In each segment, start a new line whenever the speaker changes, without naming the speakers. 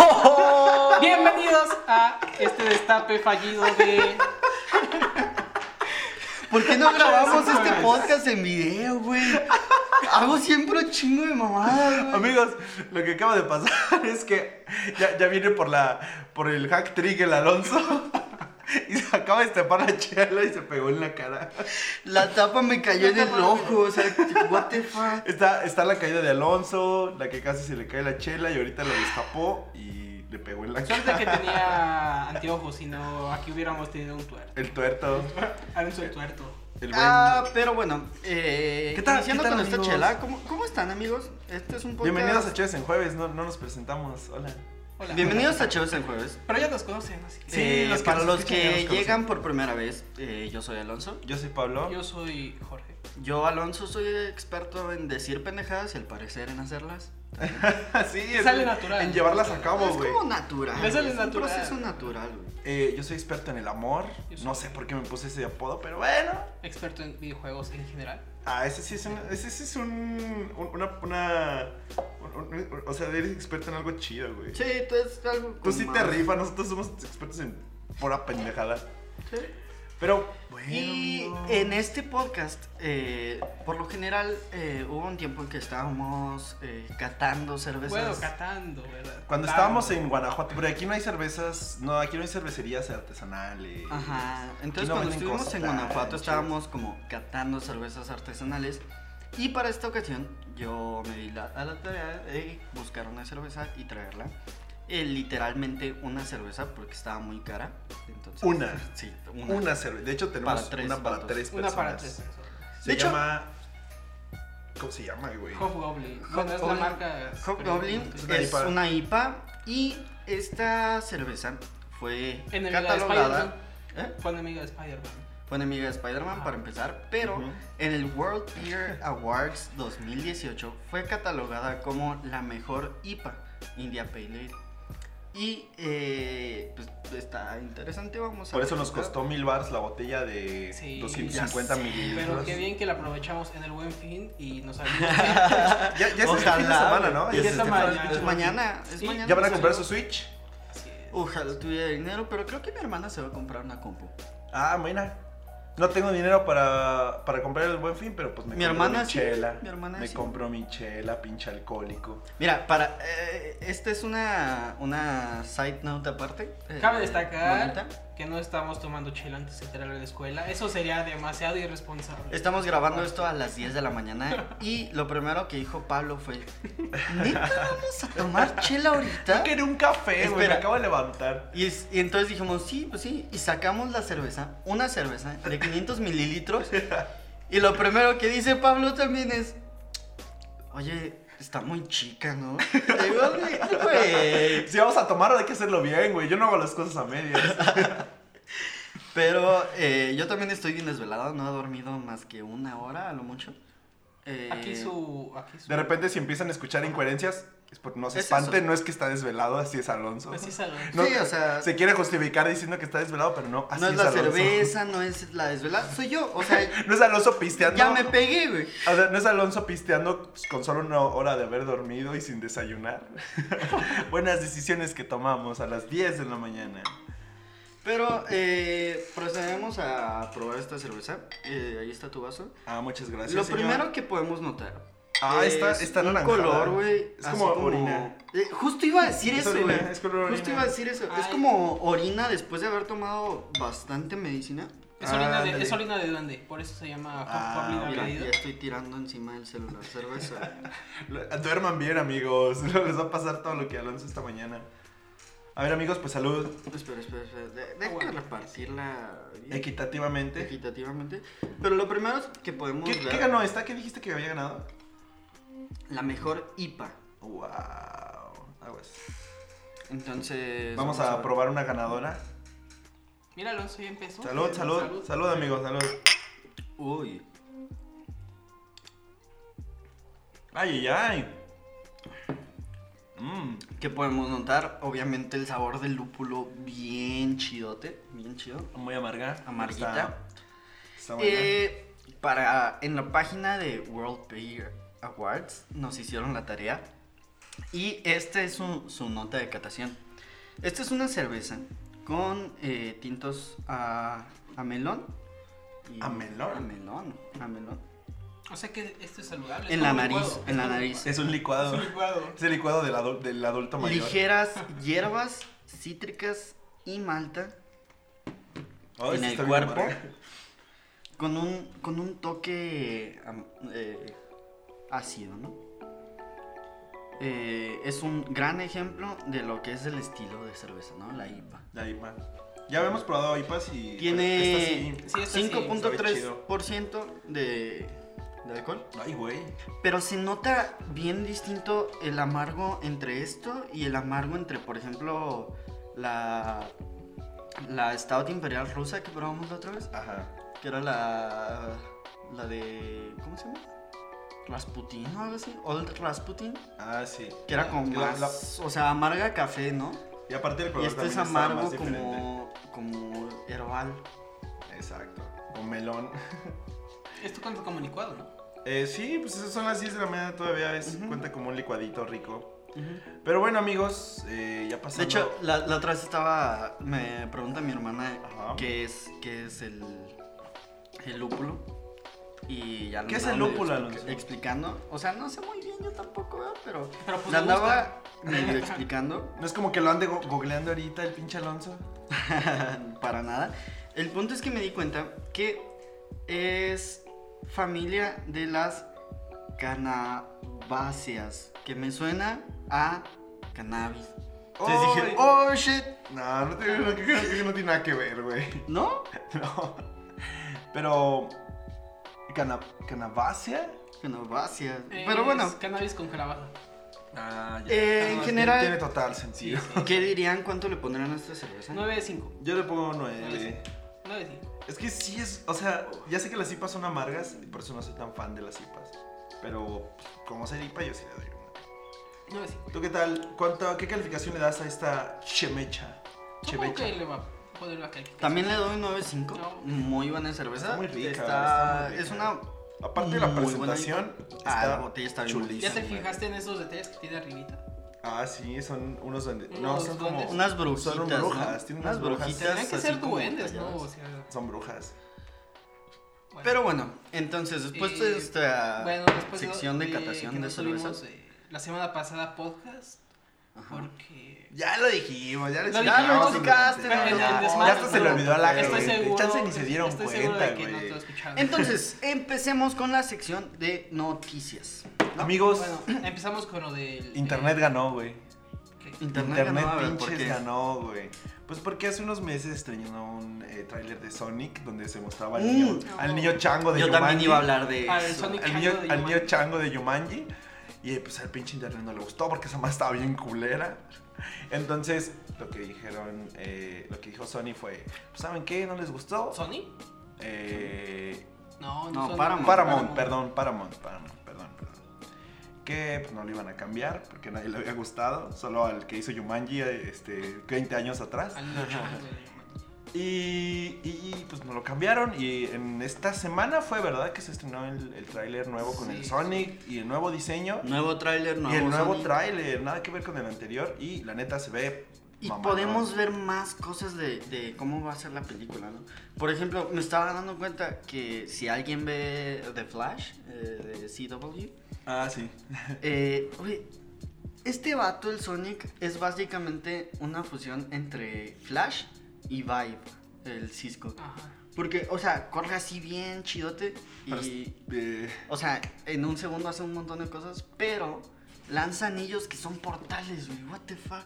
Oh.
Bienvenidos a este destape fallido de.
¿Por qué no grabamos
Eso
este
fue.
podcast en video, güey? Hago siempre un chingo de mamadas, güey.
Amigos, lo que acaba de pasar es que ya, ya viene por la por el hack trick el Alonso y se acaba de estepar la chela y se pegó en la cara.
La tapa me cayó en el ojo, o sea, what the fuck.
Está, está la caída de Alonso, la que casi se le cae la chela y ahorita la destapó y le pegó en la
Suerte
cara.
que tenía anteojos, si no, aquí hubiéramos tenido un tuerto.
El tuerto,
Alonso el tuerto.
el buen...
Ah, pero bueno, eh,
¿Qué tal-
iniciando
qué tal,
con esta
amigos?
chela, ¿cómo, cómo están, amigos? Este es un podcast...
Bienvenidos a Chéves en Jueves, no, no nos presentamos, hola.
Hola.
Bienvenidos a Chéves en Jueves.
Pero ya nos conocen, así.
Sí,
Eh,
los que
para
nos
los
escuchan ya nos
que
conocen.
llegan por primera vez, eh, yo soy Alonso.
Yo soy Pablo.
Yo soy Jorge.
Yo, Alonso, soy experto en decir pendejadas y al parecer en hacerlas.
sí,
Te sale natural.
En llevarlas a cabo,
es
güey.
como natural.
Le sale
es
natural.
un proceso natural, güey.
Eh, yo soy experto en el amor.
Yo soy-
No sé por qué me puse ese apodo, pero bueno.
Experto en videojuegos en general.
Ah, ese sí es un. Ese sí es un. un- una. una un- un- o sea, eres experto en algo chido, güey.
Sí, tú es algo.
Tú
con
sí te
más.
rifas, nosotros somos expertos en pura pendejada.
Sí.
Pero. Bueno.
Y
amigo.
en este podcast, eh, por lo general, eh, hubo un tiempo en que estábamos eh, catando cervezas.
Bueno, catando, ¿verdad? Catando.
Cuando estábamos en Guanajuato, pero aquí no hay cervezas. No, aquí no hay cervecerías artesanales.
Ajá.
Aquí
Entonces,
no
cuando
venden
estuvimos
cosas
en
tan
Guanajuato,
chidas.
estábamos como catando cervezas artesanales. Y para esta ocasión, yo me di la, a la tarea de buscar una cerveza y traerla. Eh, literalmente una cerveza, porque estaba muy cara. Entonces,
Una.
Sí, una.
Una cerveza. De hecho, tenemos
Para tres
una para
vatos.
tres personas.
Una para tres personas.
Se
De hecho-
llama. ¿Cómo se llama, güey?
Hobgoblin. Bueno, es la
Hobgoblin.
marca.
Hobgoblin
Es una
es
IPA.
una IPA y esta cerveza fue
En el
catalogada. ¿Eh?
Fue una amiga de Spider-Man.
Fue enemiga de Spider-Man
Ajá.
para empezar, pero
Ujú.
en el World Beer Awards 2018 fue catalogada como la mejor IPA, India Pale Ale. Y eh, pues está interesante, vamos a
Por eso nos
platicar.
costó mil bars la botella de
Sí,
ya
250
sé,
mililitros.
Pero qué bien que la aprovechamos en el buen fin y nos salimos.
Ya, ya es el
Ojalá,
fin de semana, ¿no?
güey.
Ya
es el
está
fin de
mal,
semana.
ya.
este Es mañana, es
Sí.
mañana.
¿Ya van a
nos
comprar su
salimos.
Switch?
Así es.
Ojalá tuviera dinero, pero creo que mi hermana se va a comprar una compu.
Ah, buena. No tengo dinero para, para comprar el buen fin, pero pues me
Mi
compro
hermana
mi
sí,
chela.
mi hermana
me
sí.
compro mi chela, pinche alcohólico.
Mira, para. eh, esta es una, una side note aparte. eh,
Cabe destacar
bonita.
que no estamos tomando chela antes de entrar a la escuela. Eso sería demasiado irresponsable.
Estamos grabando esto a las 10 de la mañana y lo primero que dijo Pablo fue: ¿Neta vamos a tomar chela ahorita?
Quiero Ah, un café, güey. Me
Espera.
acabo de levantar.
Y, es- y entonces dijimos: Sí, pues sí. Y sacamos la cerveza, una cerveza de 500 mililitros. Y lo primero que dice Pablo también es: Oye, está muy chica, ¿no? Y digo, "Güey".
Si vamos a tomar, hay que hacerlo bien, güey. Yo no hago las cosas a medias.
Pero eh, yo también estoy bien desvelado, no he dormido más que una hora a lo mucho. Eh,
Aquí su. Aquí su.
De repente, si empiezan a escuchar incoherencias, es porque no se
Es
espanten,
eso.
no es que está desvelado, así es Alonso.
Así es algo.
No,
sí, o sea,
Se quiere justificar diciendo que está desvelado, pero no, así
no es, la
Alonso.
cerveza, no es la desvelada, soy yo. O sea,
No es Alonso pisteando.
ya me pegué, güey.
O sea, no es Alonso pisteando con solo una hora de haber dormido y sin desayunar. Buenas decisiones que tomamos a las 10 de la mañana.
Pero eh, procedemos a probar esta cerveza. Eh, ahí está tu vaso.
Ah, muchas gracias.
Lo
señor.
primero que podemos notar.
Ah, está,
es
está
un
anaranjada.
color, güey.
Es
así
como, orina.
Eh, justo iba a decir
Es
eso,
orina,
güey.
es color
Justo
orina.
iba a decir eso. Es
Ay.
como orina después de haber tomado bastante medicina.
Es orina, de,
Ándale.
es orina de duende, por eso se llama
Ah,
Hobgoblin
mira,
Mira,
apellido.
ya estoy tirando encima del celular cerveza.
Lo- Duerman bien, amigos. Les va a pasar todo lo que Alonso esta mañana. A ver, amigos, pues salud.
espera, espera, espera. De- Deja
Aguanta.
repartirla bien,
Equitativamente.
equitativamente. Pero lo primero es que podemos
¿Qué,
ver
qué ganó esta? ¿Qué dijiste que había ganado?
la mejor IPA.
Wow. Aguas.
Entonces.
Vamos a
ver.
probar una ganadora.
Mira, Alonso ya empezó.
Salud, salud. Salud, amigos, salud.
Uy.
Ay, ay, ay. Mmm.
Que podemos notar, obviamente, el sabor del lúpulo bien chidote. Bien chido.
Muy amarga.
Amarguita.
Está, está buena.
Eh, para, en la página de World Beer Awards nos hicieron la tarea Y esta es su, su nota de catación. Esta es una cerveza con eh, tintos a, a melón. y-
¿A melón?
A melón, a melón.
O sea que esto es saludable.
En
es
la
como un
nariz,
licuado,
en la
como-
nariz.
Es un licuado.
Es un licuado.
Es el licuado del, adu- del adulto mayor.
Ligeras hierbas, cítricas y malta
Ay,
en el
sí está bien
cuerpo.
amarga.
Con un, con un toque am- eh, ácido, ¿no? Eh, es un gran ejemplo de lo que es el estilo de cerveza, ¿no? La IPA.
La IPA. Ya habíamos probado IPAs y.
Tiene
Esta
Sí,
sí.
esta sí,
5.3% de, de alcohol.
Ay, güey.
Pero se nota bien distinto el amargo entre esto y el amargo entre, por ejemplo, la, la Stout Imperial Rusa que probamos la otra vez.
Ajá.
Que era la. La de. ¿Cómo se llama? Rasputin o algo así. Old Rasputin.
Ah, sí.
Que era como
La-
más. o sea, amarga café, ¿no?
Y aparte el
Y
color
este es
también estaba
amargo
más diferente.
como. Como herbal.
Exacto. Con melón.
Esto cuenta como licuado, ¿no?
Eh, sí, pues esas son las 10 de la mañana todavía. Es,
Ujú.
Cuenta como un licuadito rico. Pero bueno, amigos, eh, ya pasando.
De hecho, la, la otra vez estaba. Me pregunta mi hermana
Ajá.
qué es. qué es el. el lúpulo. Y ya
¿Qué es
andaba
el
medio
lúpulo,
explica-
Alonso?
Explicando. O sea, no sé muy bien yo tampoco, ¿verdad? Pero.
Pero pues.
la
me gusta.
andaba medio explicando.
No es como que lo ande go- googleando ahorita el pinche Alonso.
Para nada. El punto es que me di cuenta que es familia de las canabáceas, que me suena a cannabis. Entonces dije,
¡Ay!
oh shit,
No, no tiene, no, creo que no tiene nada que ver, güey.
¿no?
No. Pero. Cana, ¿Canabácea?
Canabáceas.
Eh,
Pero bueno,
es Cannabis con calabaza.
Ah,
eh, en
Cannabis
Tiene, tiene
general,
total sentido.
¿qué dirían? ¿Cuánto le pondrán a esta cerveza?
9 de 5.
Yo le pongo 9.
Nueve. 9 de 5.
Es que sí es. O sea, ya sé que las IPAs son amargas y por eso no soy tan fan de las IPAs. Pero pues, como ser IPA, yo sí le doy una.
9 de 5.
¿Tú qué tal? ¿Cuánta, ¿Qué calificación le das a esta chemecha?
Supongo
Chemecha.
que le va a poder la calificación.
También le doy 9.5.
No.
Muy buena cerveza.
Está muy rica,
Está-
está muy rica.
Es una.
Aparte de la
muy buena
presentación,
Ah,
está
la botella está bien
chulísima.
Ya te fijaste en esos detalles que tiene arribita.
Ah, sí, son unos duendes. No,
Unos
son
duendes.
como.
Unas brujitas.
Son brujas,
¿no?
tienen unas brujitas.
Tendrían que
así
ser
como
duendes, ¿no?
talladas.
O sea, bueno.
Son brujas.
Pero bueno, entonces después de
Eh,
esta
Bueno, después
sección de,
que
catación de
no tuvimos,
cervezas.
eh, la semana pasada podcast
Ajá.
porque
Ya lo dijimos, ya les
Lo
Ya lo
dijimos,
explicaste.
pero
no,
en
no,
el
no.
desmadre,
ya hasta se le
no,
olvidó a la
estoy
gente.
seguro-
Chance ni se dieron
estoy seguro
cuenta,
de que no
güey.
te lo escucharon.
Entonces, empecemos con la sección de noticias. ¿no?
Amigos,
bueno, empezamos con lo del
Internet ganó, güey.
eh, que-
Internet,
Internet
ganó, a ver, ¿por
pinches
qué?
ganó, güey. Pues porque hace unos meses estrenó un eh, tráiler de Sonic donde se mostraba al,
Mm.
niño,
No.
al niño chango de
Yo
Jumanji.
también iba a hablar de
Ah, el
eso.
Sonic.
Al niño,
Chango de
al niño
Jumanji.
chango de Yumanji. Y eh, pues al pinche internet no le gustó porque esa más estaba bien culera. Entonces, lo que dijeron, eh, lo que dijo Sony fue, pues, ¿saben qué? ¿No les gustó?
Sony?
Eh,
No,
No,
Sony.
Paramount.
Paramount, perdón, Paramount, Paramount, perdón, perdón. Que pues, no lo iban a cambiar porque a nadie le había gustado, solo al que hizo Yumanji eh, este, 20 años atrás.
Al niño chango de Jumanji.
Y, y, pues nos lo cambiaron y en esta semana fue verdad que se estrenó el, el tráiler nuevo con el
Sí,
Sonic y el nuevo diseño.
Nuevo tráiler, nuevo
Y el nuevo
Sonic.
tráiler, nada que ver con el anterior y la neta se ve
Y
mamalón.
podemos ver más cosas de, de cómo va a ser la película, ¿no? Por ejemplo, me estaba dando cuenta que si alguien ve The Flash, eh, de CW,
Ah, sí.
eh, oye, este vato, el Sonic, es básicamente una fusión entre Flash y Vibe, el Cisco.
Ajá.
Porque, o sea, corre así bien chidote
Pero
y,
Eh,
o sea, en un segundo hace un montón de cosas, pero lanza anillos que son portales, güey, what the fuck.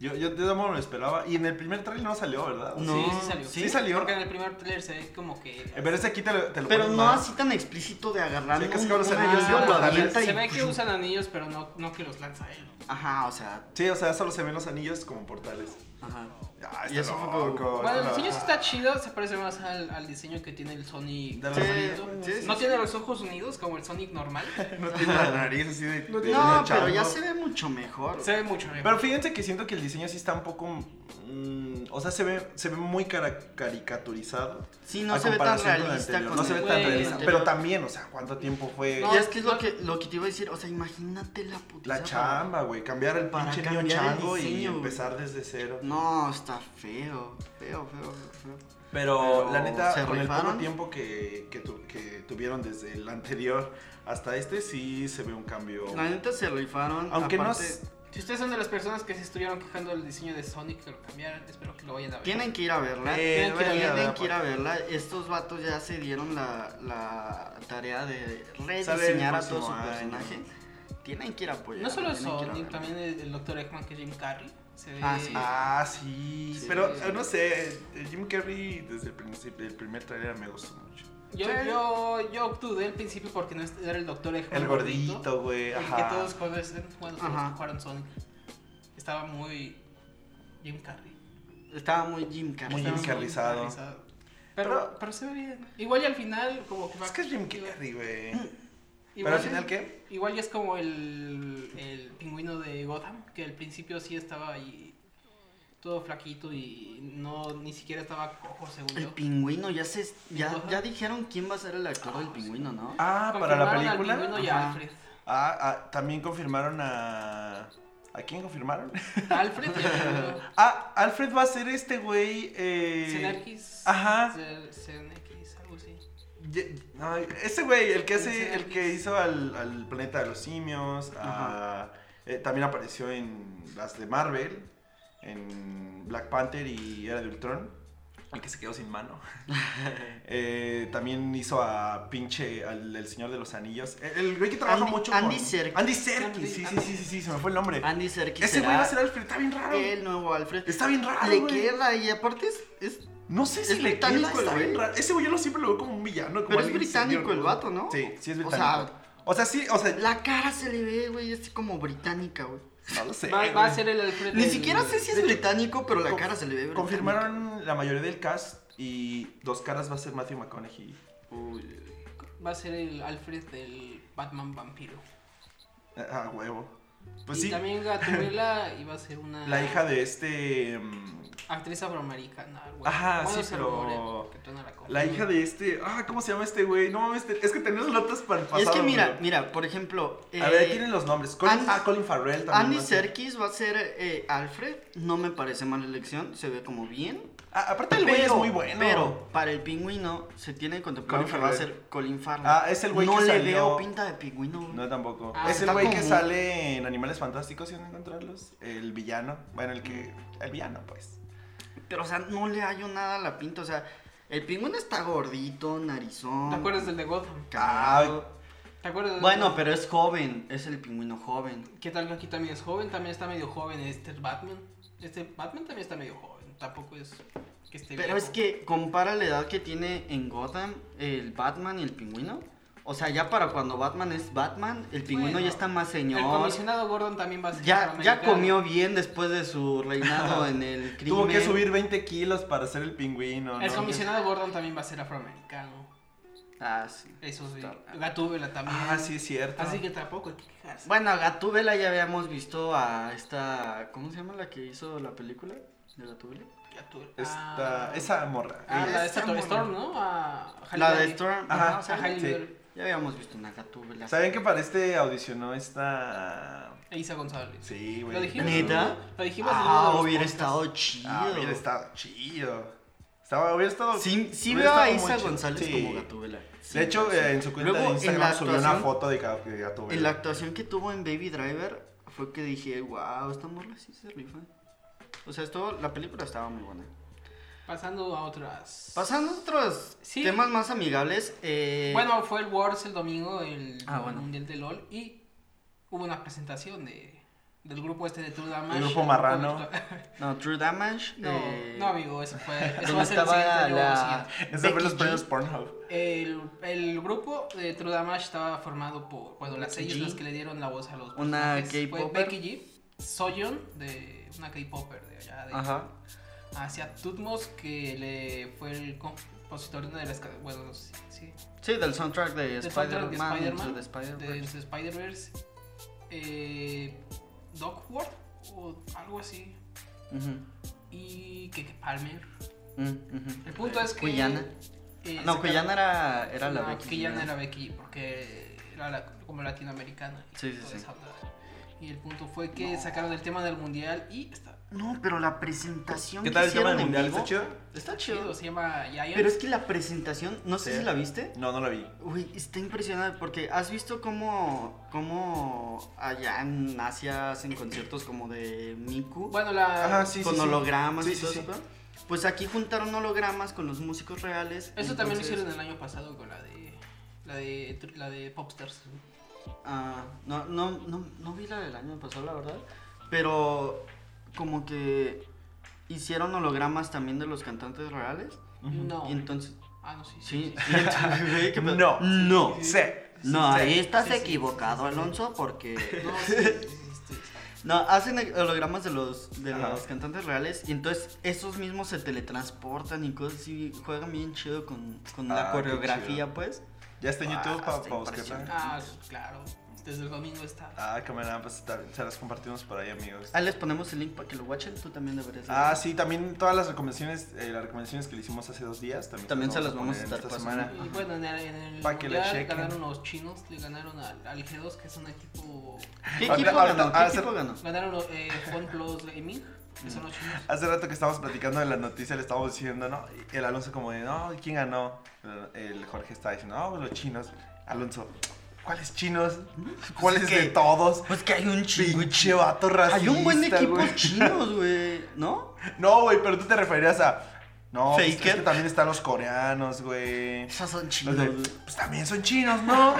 yo, yo de no me lo esperaba y en el primer tráiler no salió, ¿verdad?
No.
Sí, sí salió.
¿Sí salió?
Porque en el primer trailer se ve como que
Eh, Pero ese aquí te lo, te lo
Pero
ponen
no
más.
así tan explícito de agarrar
Sí, que es
un-
que los
un
anillos
anillo,
son
lo
portales.
avienta y-
Ah,
pues
se ve que usan anillos, pero no, no que los lanza él.
Ajá, o sea,
Sí, o sea, solo se ven los anillos como portales.
Ajá.
Ah,
Y eso fue como-
loco,
Bueno, el
está
diseño sí
loco.
está chido, se parece más al, al diseño que tiene el Sonic.
De los
Sí,
bonitos.
sí, sí,
no
sí.
tiene los ojos unidos como el Sonic normal.
No tiene la nariz así de. de-
pues No,
de
pero ya
chango.
se ve mucho mejor.
Se ve mucho mejor.
Pero fíjense que siento que el diseño sí está un poco. mm, o sea, se ve, se ve muy cara- caricaturizado.
Sí, no
a
se ve tan
comparación con el
realista
anterior.
con
No se ve
el-
tan
Güey,
realista.
anterior.
Pero también, o sea, ¿cuánto tiempo fue
No,
y es que es
no.
lo que, lo que te iba a decir, o sea, imagínate la puta.
la chamba, güey? Cambiar el
Para
pinche niño
cambiar el
chango y
diseño, güey.
empezar desde cero.
No, está feo, feo, feo, feo.
Pero
Pero
la neta,
se
con el poco
rifaron.
tiempo que, que tu- que tuvieron desde el anterior hasta este, sí se ve un cambio.
La neta se rifaron.
Aunque no.
aparte,
s-
Si ustedes son de las personas que se estuvieron quejando del diseño de Sonic, que lo cambiaran, espero que lo vayan a ver.
Tienen que ir a verla.
Eh,
tienen que, ir, a
verla,
verla, Estos vatos ya se dieron la, la tarea de
Sale el
rediseñar a todo su
próximo año.
personaje. Tienen que ir a apoyar.
No solo
tienen que ir a
Sonic,
verla.
también el, el Dr. Eggman, que es Jim Carrey. Se ve...
Ah, sí.
Ah, sí.
Sí.
pero eh, no sé, el Jim Carrey desde el, principio, el primer trailer me gustó mucho.
Yo,
Sí.
yo, yo dudé al principio porque no era el Dr. Eggman.
El gordito, güey.
El
Ajá.
que todos conocen, bueno, todos
Ajá.
jugaron Sonic. Estaba muy Jim Carrey.
Estaba muy Jim Carrey.
Muy
Estaba
Jim Carreyzado.
Carreyzado. Pero,
Pero-
pero se ve bien. Igual y al final como que va...
Es que es Jim Carrey, güey.
Igual
Pero al
y-
final, ¿qué?
Igual y es como el, el pingüino de Gotham, que al principio sí estaba ahí todo flaquito y no ni siquiera estaba cojo según
El
yo.
pingüino, ya se ya,
Ajá.
ya dijeron quién va a ser el actor del pingüino, ¿no?
Ah, para la
Confirmaron al
película.
pingüino y
Ajá.
a Alfred.
Ah, ah, también confirmaron a. ¿A quién confirmaron?
Alfred y el pingüino.
Ah, Alfred va a ser este güey. Eh...
Xenarquis.
Ajá.
Ze- Xenarquis, algo así.
Ye- no, ese güey, el que hace,
Ese
el que
Elvis.
hizo al, al planeta de los simios, a- eh, también apareció en las de Marvel, en Black Panther y Era de Ultron, el que se quedó sin mano. Eh, también hizo a pinche al el Señor de los Anillos, el, el güey que trabaja
Andy-
mucho
Andy
con
Serkis.
Andy Serkis,
Andy-
sí, sí,
Andy.
sí, sí, sí, se me fue el nombre.
Andy Serkis
Ese
será
güey va a ser Alfred, está bien raro.
el nuevo Alfred.
Está bien raro,
Le
güey.
queda y aparte es, es-
No sé si
Es
le queda,
británico el
está bien
güey.
raro. Ese güey yo lo siempre lo veo como un villano. como
Pero es
alguien
británico
serio,
el vato, ¿no?
Sí, sí es
O
británico.
sea-
O sea, sí, o sea,
la cara se le ve, güey, es como británica, güey.
no lo sé.
Va,
güey.
va a ser el Alfred.
Ni
del-
siquiera sé si es
de hecho,
británico, pero la
con-
cara se le ve británica.
Confirmaron la mayoría del cast y dos caras va a ser Matthew McConaughey.
Uy.
Va a ser el Alfred del Batman vampiro.
Ah, A a huevo. Pues
y
sí,
también Gatubela iba a ser una.
la hija de este. mm,
Actriz afroamericana. algo
Ajá,
así. Bueno,
sí,
se
pero-
rumore que tú no la conoces.
La hija de este. Ah, ¿cómo se llama este güey? No mames, te- es que tenés notas para el pasado.
es que mira,
güey.
mira, por ejemplo,
A ver,
eh,
tienen los nombres. Colin,
Andy-
ah, Colin Farrell también.
Andy
va a ser.
Serkis va a ser eh, Alfred. No me parece mala elección, se ve como bien.
Ah, aparte, el güey es
Pero-
muy bueno.
Pero para el pingüino se tiene que contemplar
Colin
que va a
Farrell.
ser Colin Farrell.
Ah, es el güey
no
que
le
salió-
veo pinta de pingüino. güey.
No, tampoco.
Ah,
es el
está
güey que
como-
sale en Animales Fantásticos, si van a encontrarlos. El villano. Bueno, el que.
Mm.
El villano, pues.
Pero, o sea, no le hallo nada a la pinta. O sea, el pingüino está gordito, narizón.
¿Te acuerdas del de Gotham?
cagado.
¿Te acuerdas del-
Bueno, pero es joven. Es el pingüino joven.
¿Qué tal que aquí también es joven? También está medio joven este Batman. Este Batman también está medio joven. Tampoco es que esté
Pero
viejo.
es que compara la edad que tiene en Gotham el Batman y el pingüino. O sea, ya para cuando Batman es Batman, el pingüino
Bueno,
ya está más
El
señor.
comisionado Gordon también va a ser
Ya, ya
afroamericano.
comió bien después de su reinado en el crimen.
Tuvo que subir 20 kilos para ser el pingüino.
El
¿no?
comisionado Gordon también va a ser afroamericano.
Ah, sí.
Eso sí.
Está-
Gatúbela también.
Ah, sí, es cierto.
Así que tampoco hay que quejarse.
Bueno, a Gatúbela ya habíamos visto a esta. ¿Cómo se llama la que hizo la película de Gatúbela?
Gatúbela.
Esta,
Ah.
esa morra.
Ah, la de
Esa
Storm,
morra.
Storm, ¿no? A Halle
La de
Berry.
Storm.
Ajá,
ajá, o sea,
A Halle
sí.
Berry
Ya habíamos visto una Gatúbela.
¿Saben que para este audicionó esta.
e Isa González.
Sí, güey.
¿Lo dijimos?
¿Neta?
Lo dijimos en uno de
Ah,
los
hubiera
podcasts.
estado chido.
Ah, hubiera estado chido. Estaba, hubiera estado.
Sí, sí
hubiera
veo a
estado muy
Isa
chido.
González
Sí.
como Gatúbela. Sí,
de hecho,
sí.
eh, en su cuenta
Luego,
de Instagram
en la
subió una
actuación-
foto de Ga- de Gatúbela.
En la actuación que tuvo en Baby Driver fue que dije, wow, esta morra sí se rifa. O sea, esto, la película estaba muy buena.
Pasando a otras.
Pasando a otros
Sí.
temas más amigables. eh,
Bueno, fue el Worlds el domingo, el
Ah, bueno.
Mundial de LOL, y hubo una presentación de, del grupo este de True Damage.
El grupo marrano.
No, True Damage.
No,
eh,
no, amigo, eso fue. Eso
donde
va a ser el
estaba
siguiente, luego el
la.
siguiente.
Ese fue
Becky
los
G.
premios Pornhub.
El, el grupo de True Damage estaba formado por. Bueno, las
Becky
ellas
G.
las que le dieron la voz a los.
Una
personajes. Fue
K-popper.
Becky G. Soyeon, de una K-Popper de allá de
Ajá.
hacia Tutmos, que le fue el compositor de las. ca- Bueno, sí, sí,
Sí, del soundtrack de
del soundtrack de
Spider-Man.
Spider-Man,
Into the Spider-Verse.
del Spider-Verse. Eh, Duckworth, o algo así.
Ujú,
Y que Palmer.
mm, ujú.
El punto es que.
Cuyana.
eh,
No,
sacaron-
Cuyana era, era la
No,
Becky.
que ya no
¿verdad?
era Becky, porque era la- como latinoamericana. y
Sí, sí,
toda
sí.
esa onda. Y el punto fue que
No.
sacaron el tema del mundial y está
No, pero la presentación.
¿Qué
que
tal el tema
hicieron
del
en
mundial?
vivo-
¿Está chido?
Está
chido,
chido.
se llama Giant.
Pero es que la presentación, no sé
Sí.
si la viste.
No, no la vi.
Uy, está impresionante porque has visto cómo, cómo allá en Asia hacen conciertos como de Miku
Bueno, la.
Ajá, sí, sí,
con
sí.
hologramas
Sí,
y
sí,
todo
sí.
eso. Pues aquí juntaron hologramas con los músicos reales.
Eso también lo
entonces-
hicieron el año pasado con la de. La de, la de Popstars.
Ah, no, no, no, no vi la del año pasado, la verdad. Pero como que hicieron hologramas también de los cantantes reales.
No.
Y entonces.
Ah, no, sí. sí, sí.
Sí, y
Ah,
entonces- güey, ¿qué pedo?
No.
no.
Sí.
No,
Sí.
ahí estás
Sí, sí,
equivocado, Alonso, porque.
No, sí, este, sí, sí, sí, sí.
No, hacen hologramas de los de
Ajá.
los cantantes reales y entonces esos mismos se teletransportan y cosas así, juegan bien chido con, con
Ah,
la
qué
coreografía,
chido.
pues.
Ya está en
Ah,
YouTube para
está
buscarla.
impresionante.
Ah, claro. Desde el domingo está.
Ah, cámara, pues tal- se las compartimos por ahí, amigos.
Ahí les ponemos el link para que lo watchen, tú también deberías.
Ah, sí, también todas las recomendaciones, eh, las recomendaciones que le hicimos hace dos días, también,
También se las vamos
poner
a estar
esta
pasando.
semana.
Y bueno, en el, en el
Pa' que la
mundial
chequen.
ganaron los chinos, le ganaron al, al G2, que es un equipo.
¿Qué equipo
Ahorita- ahorita-
ganó? ¿Qué
ah,
equipo
se-
ganó?
Ganaron los eh, Fun Plus Gaming, que son los chinos.
Hace rato que estábamos platicando de la noticia, le estábamos diciendo, ¿no? Y el Alonso como de, no, ¿quién ganó? El, el Jorge estaba diciendo, no, pues los chinos. Alonso, ¿cuáles chinos? ¿Cuáles
Pues es que-
de todos?
Pues que hay un chingo.
Pinche vato racista,
Hay un buen equipo
güey.
chinos, güey, ¿no?
No, güey, pero tú te referías a... No, pues, es
Faker.
que también están los coreanos, güey.
Esos son
Los
chinos.
de,
güey.
pues también son chinos, ¿no?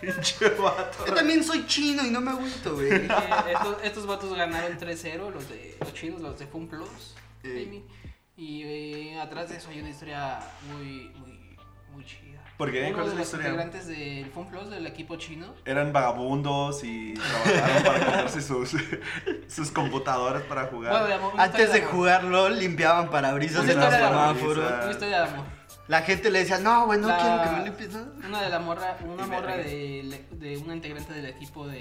Pinche vato.
Yo también soy chino y no me agüito, güey.
Eh, estos, estos vatos ganaron 3-0, los de los chinos, los de Fun Plus
Eh.
Gaming. Y eh, atrás de eso hay una historia muy, muy, muy chida.
¿Por
Uno
qué? ¿eh? ¿Cuál es
de
la
los
historia?
integrantes del Fun Plus, del equipo chino,
Eran vagabundos y trabajaron para comprarse sus, sus computadoras para jugar.
Bueno, de amor, una
Antes de
historia amor.
jugar LOL, limpiaban parabrisas
Una
en los
historia de amor.
semáforos.
Una historia de amor.
La gente le decía, no, güey, no
La-
quiero que me limpies nada.
Una de la morra, una
Y
morra
verga.
de, le- de una integrante del equipo de,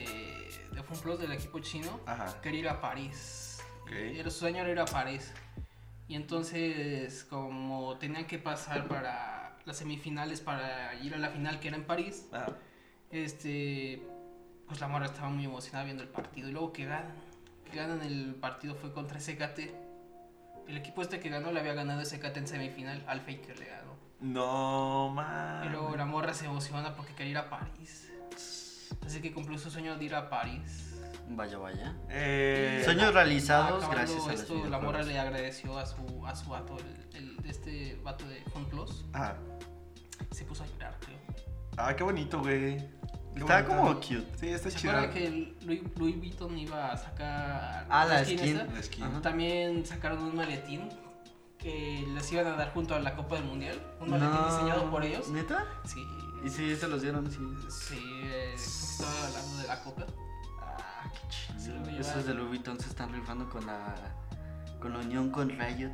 de Fun Plus, del equipo chino,
Ajá.
quería ir a París.
Ok.
Era, su sueño era ir a París. Y entonces, como tenían que pasar para las semifinales para ir a la final que era en París,
Ajá.
este, pues la morra estaba muy emocionada viendo el partido. Y luego que ganan, que ganan el partido fue contra SKT. El equipo este que ganó le había ganado SKT en semifinal, al Faker le ganó.
No, Ah, man.
Y luego la morra se emociona porque quería ir a París. Así que cumplió su sueño de ir a París.
Vaya, vaya.
Eh,
Sueños realizados
Acabando
gracias a los
Ah, esto, la
videojuegos.
morra le agradeció a su, a su vato, el, el- este vato de Fun Plus.
Ah,
Se puso a llorar, creo.
ah, qué bonito, güey. Qué
Estaba
bonito.
como cute.
Sí, está
¿Se
chido.
acuerdan que el Louis, Louis Vuitton iba a sacar
Ah, la skin.
esta?
La skin.
Ajá.
También sacaron un maletín que les iban a dar junto a la Copa del Mundial. Un maletín
No.
diseñado por ellos.
¿Neta?
Sí.
Y sí, se los dieron, sí.
Sí, eh, estaba hablando de la Copa.
Ah, qué
Se lo
chido.
llevaron.
Esos de Louis Vuitton se están rifando con la, con la unión con Riot.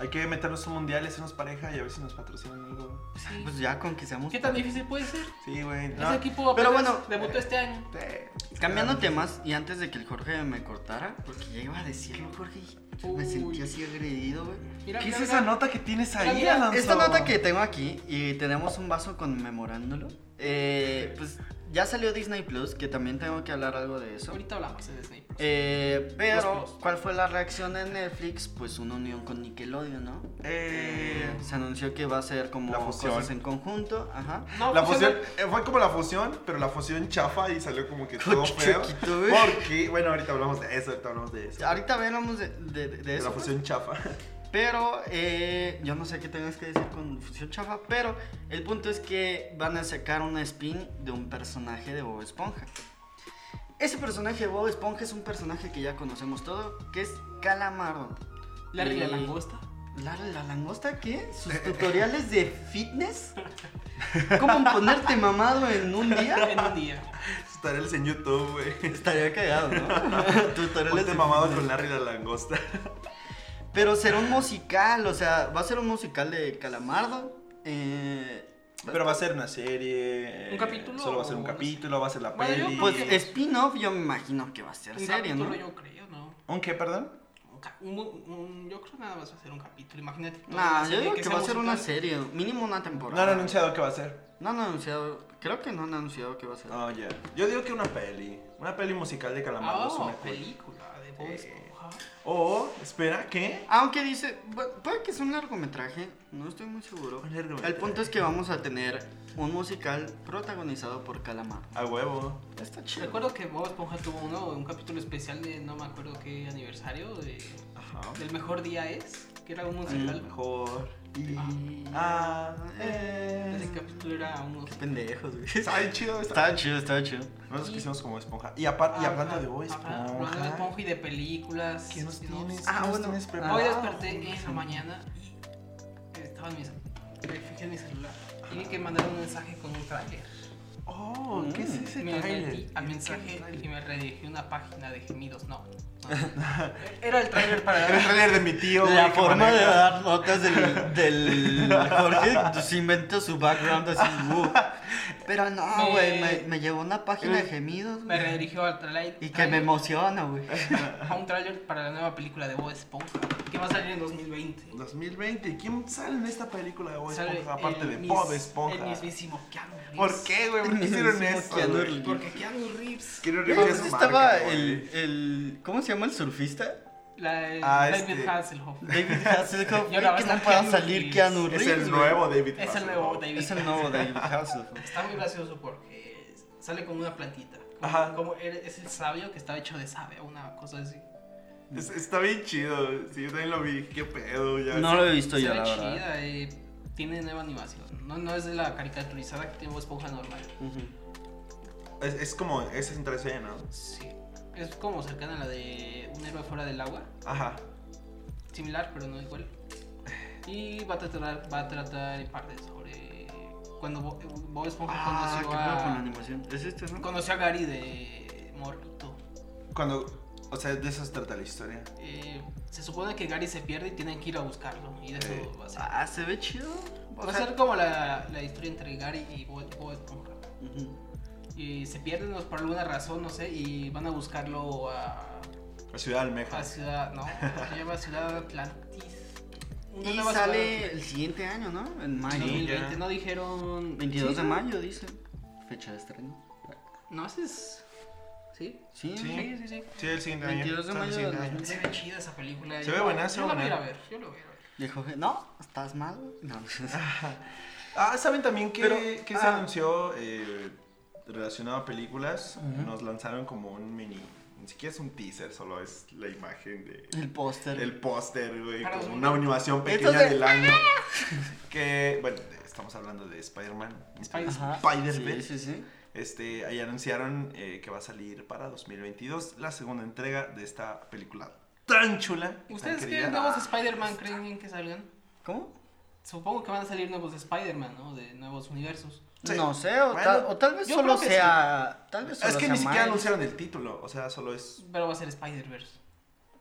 Hay que meternos un mundial, hacernos pareja y a ver si nos patrocinan algo.
Sí.
Pues ya con que seamos...
¿Qué tan difícil puede ser?
Sí, güey.
Ese
No.
equipo
Pero
pero bueno,
bueno, eh,
debutó este año.
Sí.
Cambiando temas, y antes de que el Jorge me cortara, porque ya iba a decirlo, Jorge, y me
Uy.
sentí así agredido, güey.
Mira,
¿Qué
mira,
es
mira.
esa nota que tienes ahí,
Mira, mira,
Alonso?
Esta nota que tengo aquí, y tenemos un vaso conmemorándolo, eh, pues ya salió Disney Plus, que también tengo que hablar algo de eso.
Ahorita hablamos de Disney Plus.
Eh, pero,
Plus.
¿cuál fue la reacción de Netflix? Pues una unión con Nickelodeon, ¿no?
Eh,
Se anunció que va a ser como
La fusión.
cosas en conjunto, ajá.
No,
La
funciona.
fusión eh, fue como la fusión, pero la fusión chafa y salió como que todo
Qué
feo.
chiquito, güey.
Porque, bueno, ahorita hablamos de eso, ahorita hablamos de eso.
Ahorita hablamos de, de- de
De
eso.
la
pues.
fusión chafa.
Pero eh, yo no sé qué tengas que decir con Fusión Chafa, pero el punto es que van a sacar una spin de un personaje de Bob Esponja. Ese personaje de Bob Esponja es un personaje que ya conocemos todo, que es Calamardo.
Larry la
Y-
langosta.
¿La, la langosta qué? ¿Sus tutoriales de fitness? ¿Cómo ponerte mamado en un día?
En un día.
Tutoriales en YouTube, güey.
Estaría cagado, ¿no? Tutoriales
Ponte
de-
mamado con Larry la langosta.
Pero será un musical, o sea, va a ser un musical de Calamardo. Eh,
Pero va a ser una serie.
¿Un
eh,
capítulo
Solo va a ser un
o-
capítulo, va a ser la
Bueno, yo
peli.
pues
creo que-
spin-off yo me imagino que va a ser
Un
serie,
capítulo,
¿no?
yo creo, ¿no?
¿Un qué, perdón?
Un ca- un- un- yo creo nada más va a ser un capítulo, imagínate. toda una
Nah, yo
serie
digo que,
sea
va a ser una
musical.
serie, mínimo una
No
temporada.
han anunciado qué va a ser.
No han anunciado, creo que no han anunciado que va a ser.
Oh, ya. Yo digo que una peli. Una peli musical de
Ah,
Calamardo. es una peli.
película de Bob
Sí.
Esponja.
O, espera, ¿qué?
Aunque dice, pu- puede que sea un largometraje, no estoy muy seguro.
Un largometraje.
El punto es que vamos a tener un musical protagonizado por Calamardo.
A huevo.
Está chido.
Recuerdo que Bob Esponja tuvo uno, un capítulo especial de no me acuerdo qué aniversario, de,
Ajá.
del mejor día es, que era un
El
musical.
mejor. Y.
Ah,
Ah,
Ese
eh.
capítulo era un musical.
Pendejos, güey.
Está chido, está
Estaba chido, estaba chido.
Nosotros quisimos como esponja. Y, aparte, y hablando de Bob
Ajá, Hablando de
Esponja.
Esponja y de películas.
¿Qué nos
y no-
tienes?
Ah,
¿Qué nos
bueno.
tienes
Ah,
Hoy
preparado?
desperté en la mañana y estaba en mi, fijé en mi celular y vi que mandaron un mensaje con un tráiler.
Oh, ¿qué es
Mm.
ese
Me metí
trailer?
al
¿Qué
mensaje
trailer?
y me redirigí a una página de gemidos. No. no. Era el tráiler para
Era el trailer de mi tío.
La
güey, que
forma de
maneja.
dar notas del, del Jorge se inventó su background así. uh. Pero no,
Me-
güey, me, me llevó una página de gemidos
Me
güey,
redirigió al tráiler.
y que me emociona, güey.
A un tráiler para la nueva película de Bob Esponja que va a salir en 2020.
2020. ¿Quién sale en esta película de Bob
Sale
Esponja? Aparte
el
de
mis-
Bob
El
Esponja.
mismísimo Keanu Reeves.
¿Por qué, güey? ¿Por qué
El
hicieron
mismo
eso?
Keanu
güey?
Reeves.
Porque Keanu Reeves.
Keanu Reeves es su
pues Estaba
marca, güey.
el, el. ¿Cómo se llama el surfista?
La, el
Ah,
David
este.
Hasselhoff.
David Hasselhoff.
Y ahora
güey, Que
va a
no
estar
pueda
Keanu
salir
Reeves.
Keanu
Es
Reeves.
el
güey.
nuevo David
Es el
Hasselhoff.
nuevo David
Es el nuevo David Hasselhoff.
Está muy gracioso porque sale con una plantita. Como,
Ajá.
como er- es el sabio que está hecho de savia, una cosa así.
Es- está bien chido. Sí, yo también lo vi. Qué pedo. Ya
No lo he visto
Está
yo, la verdad.
chida, eh, tiene nueva animación. No, no es de la caricaturizada que tiene Bob Esponja normal.
Ujú.
Es, es como. Esa es entre escena, ¿no?
Sí. Es como cercana a la de Un héroe fuera del agua.
Ajá.
Similar, pero no igual. Y va a tratar, va a tratar en parte sobre cuando Bo- Bob Esponja
Ah, qué
conoció,
pedo con la
a,
animación. ¿Es este, no?
conoció a Gary de Morrito.
Cuando. O sea, de eso se trata la historia.
Eh, se supone que Gary se pierde y tienen que ir a buscarlo. Y de
Eh,
eso va a ser.
Ah, se ve chido. O
Va a
sea,
ser como la, la historia entre Gary y Bo- Bob Esponja.
ujú.
Y se pierden los- por alguna razón, no sé, y van a buscarlo a,
La ciudad de
Ah,
Almeja.
a Ciudad, ¿no? Se llama Ciudad Atlantis. Una
Y
nueva ciudad.
sale el siguiente año, ¿no? En mayo.
Sí.
2020,
ya.
no dijeron...
22 de
¿Sí?
mayo, dice. Fecha de estreno.
No, ese es... ¿Sí?
Sí.
Sí.
Sí, sí, sí.
Sí, el siguiente
22 de
año.
mayo
Sale el
de
siguiente año.
Se ve chida esa película.
Se
Yo
ve
la-
buenaza,
Yo la voy a ir a
buena.
ver, yo la voy a ir a ver.
Dijo que no, estás mal. No.
Ah, ¿saben también que,
Pero-
que se
ah.
anunció eh, relacionado a películas? Nos lanzaron como un mini. Ni siquiera es un teaser, solo es la imagen de.
el póster.
El póster, güey,
Claro,
como
sí.
una animación pequeña
Entonces- ¡ah!
del año. Que, bueno, estamos hablando de Spider-Man.
Ajá.
Spider-Man.
Sí, sí, sí.
Este, ahí anunciaron eh, que va a salir para 2022 la segunda entrega de esta película tan chula. y tan
¿Ustedes
querida.
qué nuevos Spider-Man creen que salgan?
¿Cómo?
Supongo que van a salir nuevos Spider-Man, ¿no? De nuevos universos.
Sí.
No sé, o,
Bueno,
tal, o tal vez
yo
solo
creo que sí.
sea. Tal vez solo
Es que
sea
ni siquiera
Miles.
anunciaron el título, o sea, solo es.
Pero va a ser Spider-Verse.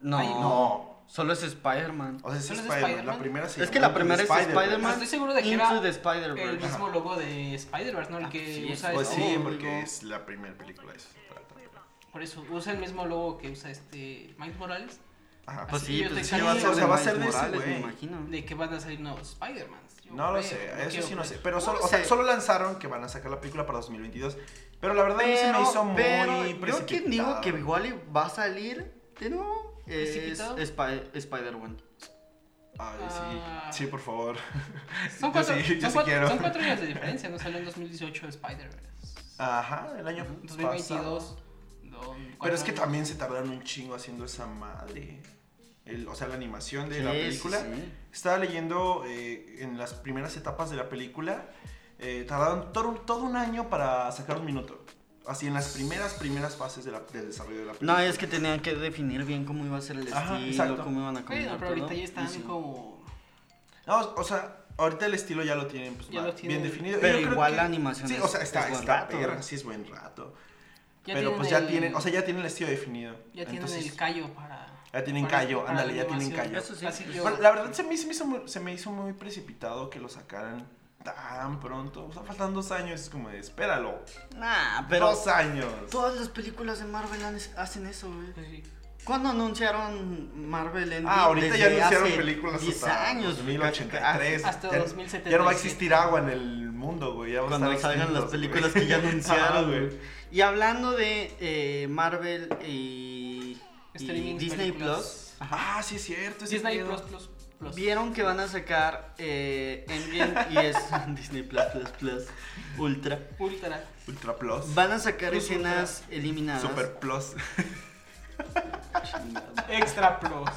No,
Ay,
No,
Solo es Spider-man.
O sea, es
¿Solo es
Spider-Man. La
Spider-Man?
primera se
Es que
llamó
la primera es
Pero
Spider-Man.
estoy seguro de que
Into
era
the
el
Spider-Verse.
mismo logo de Spider-Verse, ¿no? El que
Sí,
usa
Pues
este-
sí,
Oh,
porque
digo.
es la primera película. de Eso se trata.
Por eso, usa el mismo logo que usa este Miles Morales.
Ajá.
Pues sí,
Yo
pues
te
sí, va a
creo.
ser
O
de
sea,
va a ser
Miles
de ese
Morales, me
güey.
imagino.
De que van a salir nuevos Spider-Man.
No lo sé, eso sí no sé. Pero solo,
lo
o sea,
sé.
solo lanzaron que van a sacar la película para 2022. Pero la verdad a mí se me hizo muy
yo
precipitado.
quien digo que igual y va a salir de nuevo es
¿Precipitado?
Spi- Spider-Man.
Ay,
Ah.
sí. Sí, por favor.
Son
Yo
cuatro,
sí- yo
son
sí
cuatro-
quiero.
son cuatro años de diferencia, ¿no? Salió en 2018 Spider-Verse.
Ajá, el año
2022.
pasado.
no,
Pero
cuatro
es que
años.
también se tardaron un chingo haciendo esa madre. El- o sea, la animación de la
Sí, sí,
película.
sí.
Estaba leyendo eh, en las primeras etapas de la película, eh, tardaron todo, un- todo un año para sacar un minuto. Así en las primeras, primeras fases de la- del desarrollo de la película.
No, es que tenían que definir bien cómo iba a ser el
Ajá,
estilo,
exacto.
cómo iban a comer.
Bueno, pero ahorita ya están como.
No, o sea, ahorita el estilo ya lo tienen pues,
Ya
va-
lo tienen.
bien definido.
Pero
Yo creo
igual
que-
la animación
Sí,
es-
o sea, está,
es buen
está
rato,
perra,
güey.
sí es buen rato.
Ya
pero
tienen
pues ya
el-
tienen, o sea, ya tienen el estilo definido.
Ya tienen
Entonces,
el callo para.
ya tienen
para-
callo,
para
ándale,
la
ya tienen
animación.
callo.
Eso sí.
Así que yo-
Bueno, la verdad se me, se me hizo muy, se me hizo muy precipitado que lo sacaran tan pronto. O sea, faltan dos años, es como de, espéralo.
Nah, pero
dos años.
todas las películas de Marvel han- hacen eso, güey.
pues sí.
¿Cuándo anunciaron Marvel en
Ah, ahorita ya anunciaron películas
10
hasta
años, güey.
2083.
Hasta
ya,
2077.
ya no va a existir agua en el mundo, güey. Ya va a
ah, Cuando
estar
salgan las
extintos,
películas
güey.
que ya
Ah,
anunciaron, güey. Y hablando de eh, Marvel y, y
Streaming,
Disney
películas.
Plus,
Ah, sí es cierto. ese
Disney
pedo.
Plus Plus Plus.
vieron que van a sacar eh, Endgame y es Disney Plus Plus Plus Ultra.
Ultra.
Ultra Plus.
Van a sacar
Plus
escenas eliminadas.
Super Plus.
Extra Plus.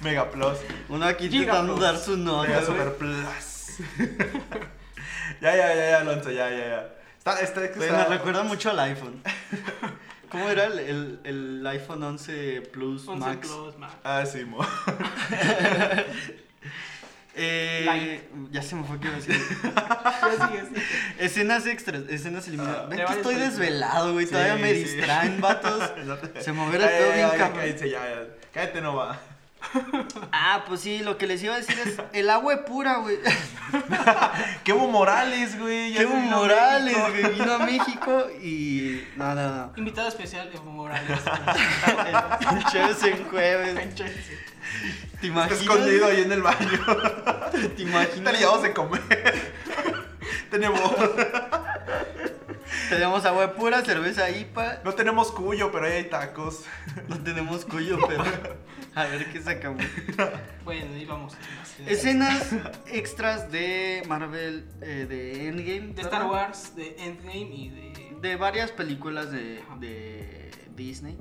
Mega Plus.
Uno aquí
Giga
intentando
Plus.
dar su
Mega
nombre.
Super Plus. ya, ya, ya, ya, Alonso, ya, ya, ya. Está, está, está.
Me recuerda mucho al iPhone. ¿Cómo era el, el- el iPhone 11 Plus
11
Max?
Plus Max.
Ah, sí, mo.
Eh,
Light.
ya se me fue que iba a decir.
Así es.
Escenas extras, escenas eliminadas.
Ah,
Ven
de
que
varias
estoy
películas.
desvelado, güey. Todavía
Sí,
me
sí.
distraen, vatos.
No te-
Se moverá el pedo
Ya, ya,
bien
ya,
cabrón.
Cállate, ya, ya. Cállate, no va.
Ah, pues sí, lo que les iba a decir es: el agua es pura, güey.
Qué Evo Morales, güey. ya
Qué
se vino a
Morales,
México.
güey. Vino a México y. No, no, no.
Invitado especial Evo Morales.
El jueves en jueves. ¿Te
Está
imaginas?
escondido ahí en el baño.
¿Te
Te le
imaginas?
llevamos de comer. tenemos.
Tenemos agua pura, cerveza IPA.
No tenemos cuyo, pero ahí hay tacos.
No tenemos cuyo, pero. A ver qué sacamos.
bueno, y vamos.
Escenas extras de Marvel, eh, de Endgame.
De Star
perdón.
Wars, de Endgame y de.
De varias películas de, de Disney.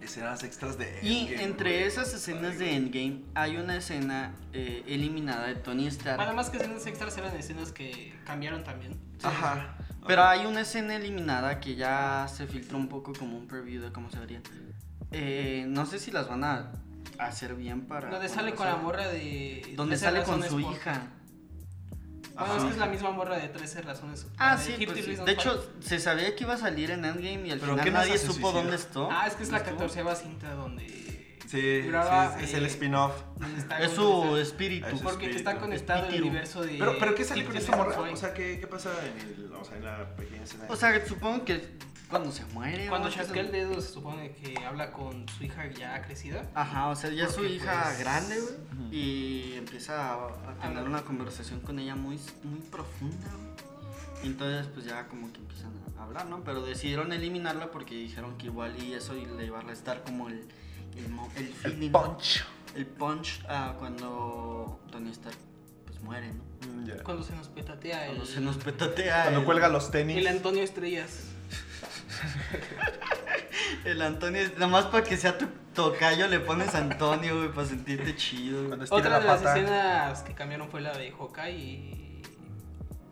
Escenas extras de.
Y
Endgame,
entre
güey.
esas escenas de Endgame hay una escena eh, eliminada de Tony
Nada
Stark.
más que escenas extras eran escenas que cambiaron también.
Ajá.
Pero hay una escena eliminada que ya se filtró un poco como un preview de cómo se vería. Eh, no sé si las van a hacer bien para...
Donde
cuando
sale con la
salga.
morra de. 13
Donde sale con
razones
su
por-
hija.
Bueno, es
Ajá.
que es la misma morra de 13 razones. la
Ah,
de
sí,
Hit
pues
the
sí.
Reason
De
Why.
hecho, se sabía que iba a salir en Endgame y al
¿Pero
final
qué no
nadie
se
supo
suicidó?
dónde estuvo.
Ah, es que es la
¿Dónde
14 cinta donde.
Sí,
Duraba,
sí, es
eh,
el spin-off.
donde está
estuvo. Es
conectado.
su espíritu.
Eso
Porque está
espíritu.
conectado el
Espíritu.
universo de.
Pero, pero ¿qué salió con
Hit the
esta
Reason
morra?
Why.
O sea, ¿qué, qué pasa en, el, o sea, en la pequeña escena?
O sea, supongo que cuando se muere...
Cuando
o algo así.
chasquea el dedo, se supone que habla con su hija ya crecida.
Ajá, o sea, ya es su
Porque,
hija
pues,
grande, güey. Y empieza a, a tener
Hablar.
una conversación con ella muy, muy profunda, güey. Entonces, pues ya como que empiezan a hablar, ¿no? Pero decidieron eliminarla porque dijeron que igual y eso y le iba a restar como el, el, mo- el feeling.
el punch.
el punch a cuando Tony Stark pues muere, ¿no?
Mm, ya.
Cuando se nos petatea el.
Cuando se nos petatea.
Cuando
el-
cuelga los tenis.
El Antonio Estrellas.
El Antonio, nada más para que sea tu tocayo le pones Antonio, güey, para sentirte chido. güey.
Cuando estira
Otra
la
de las
pata.
escenas que cambiaron fue la de Hawkeye y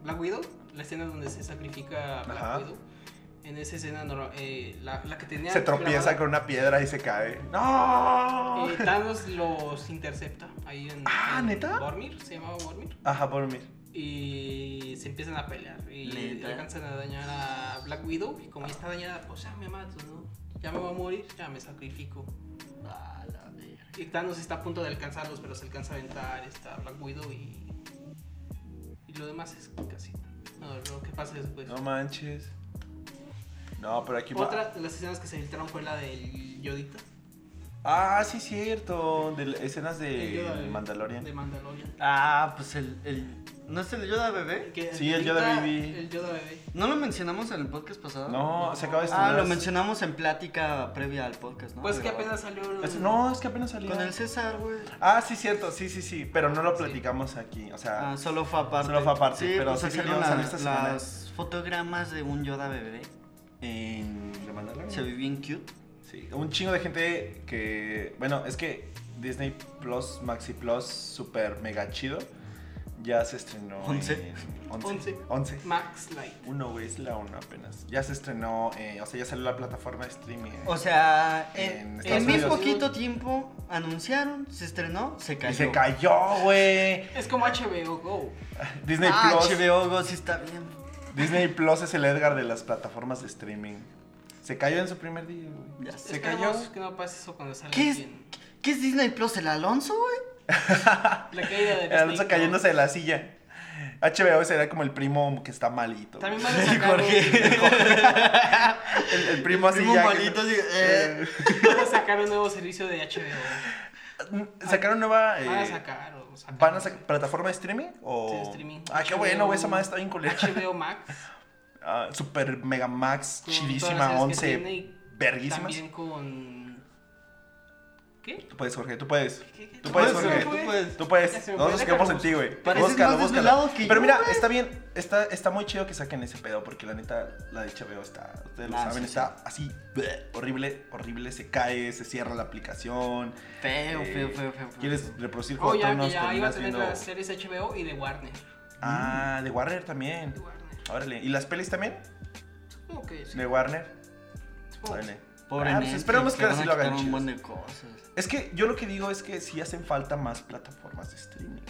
Black Widow, la escena donde se sacrifica a Black
Ajá.
Widow. En esa escena, norma- eh, la, la que tenía.
Se tropieza
grabada,
con una piedra y se cae. ¡No!
eh, Thanos los intercepta ahí en.
Ah,
en
¿neta?
Vormir, se llamaba Vormir.
Ajá, por mí.
Y se empiezan a pelear. Y
¿Neta?
alcanzan a dañar a Black Widow. Y como ya está dañada, pues ya me mato, ¿no? Ya me voy a morir, ya me sacrifico.
Ah, la verga.
Y Thanos está a punto de alcanzarlos, pero se alcanza a aventar esta Black Widow y. Y lo demás es casi. No, lo que pasa pues, después.
No manches. No, pero aquí va-
Otra de las escenas que se filtraron fue la del Yodita.
Ah, sí, cierto. De la- escenas
el Yoda
de
de-
Mandalorian.
De Mandalorian.
Ah, pues el, el- ¿No es el Yoda bebé?
Que
Sí, el Yoda
Yodita-
Baby.
El Yoda Baby.
¿No lo mencionamos en el podcast pasado?
No, se acaba de
Ah,
estrenar.
lo mencionamos en plática previa al podcast,
Ah,
¿no?
Pues que
Grabado.
apenas salió.
Es- no, es que apenas salió.
Con el César, güey.
Ah, sí, cierto. Sí, sí, sí. Pero no lo
Sí.
platicamos aquí. O sea,
Ah, solo fue aparte.
Solo fue aparte,
Sí,
pero
pues
sí
salieron
salió,
las,
salió esta semana.
las fotogramas de un Yoda bebé.
en The Mandalorian.
Se ve bien cute.
Sí, un chingo de gente que. Bueno, es que Disney Plus, Maxi Plus, super mega chido. Ya se estrenó.
Once.
en- once.
Once.
Once.
Max Light.
Uno, güey, es la uno apenas. Ya se estrenó, eh, o sea, ya salió la plataforma de streaming.
O sea,
En
en,
Estados
en muy
Unidos.
poquito tiempo anunciaron, se estrenó, se cayó.
y se cayó, güey.
Es como HBO Go.
Disney
ah,
Plus.
HBO Go sí está bien.
Disney Plus es el Edgar de las plataformas de streaming. Se cayó en su primer día, güey.
Ya sé.
Se cayó.
Que no pasa eso cuando sale
¿Qué es?
alguien.
¿Qué es Disney Plus? ¿El Alonso, güey?
La caída de
El Alonso cayéndose de la silla. HBO será como el primo que está malito.
También
güey.
van a sacar
Jorge.
un-
el, el primo así
Primo
ya.
malito, así, eh.
van a sacar un nuevo servicio de HBO.
Sacaron nueva.
Van a
eh,
sacar o sacaron,
¿Van a
no sé.
sacar plataforma de streaming? O...
Sí, de streaming.
Ah, qué bueno, güey. Esa madre está bien culera.
HBO Max.
Ah, super Mega Max,
con todas
chidísima,
las series que
11,
tiene y
verguísimas.
También con. ¿Qué?
Tú puedes, Jorge, tú puedes.
¿Qué- qué-
Tú
qué-
puedes,
se me
Jorge.
fue?
tú puedes.
Tú
Ya se
puedes,
me
nosotros
fue,
creemos en
déjalo
ti, güey.
Pareces
Búscalo,
más
búscalo.
desvelado que
Pero
yo,
mira,
güey.
está bien, está, está muy chido que saquen ese pedo, porque la neta, la de HBO está, ustedes
Ah,
lo saben,
sí,
está así, bleh, horrible, horrible, se cae, se cierra la aplicación.
Feo,
eh,
feo, feo, feo. feo.
¿Quieres reproducir
Ah. Oh,
Juego de
ya, que ya
Tronos?
iba a
Terminas
tener
viendo-
las series HBO y de Warner.
Ah, de Warner también.
De Warner.
Órale, ¿y las pelis también?
Supongo que sí.
De Warner.
supongo que sí.
Órale.
Pobre
Ah, pues
Netflix,
esperemos que
le
ahora
van
sí
a
lo hagan
quitar un
chido.
buen de cosas.
Es que yo lo que digo es que sí hacen falta más plataformas de streaming.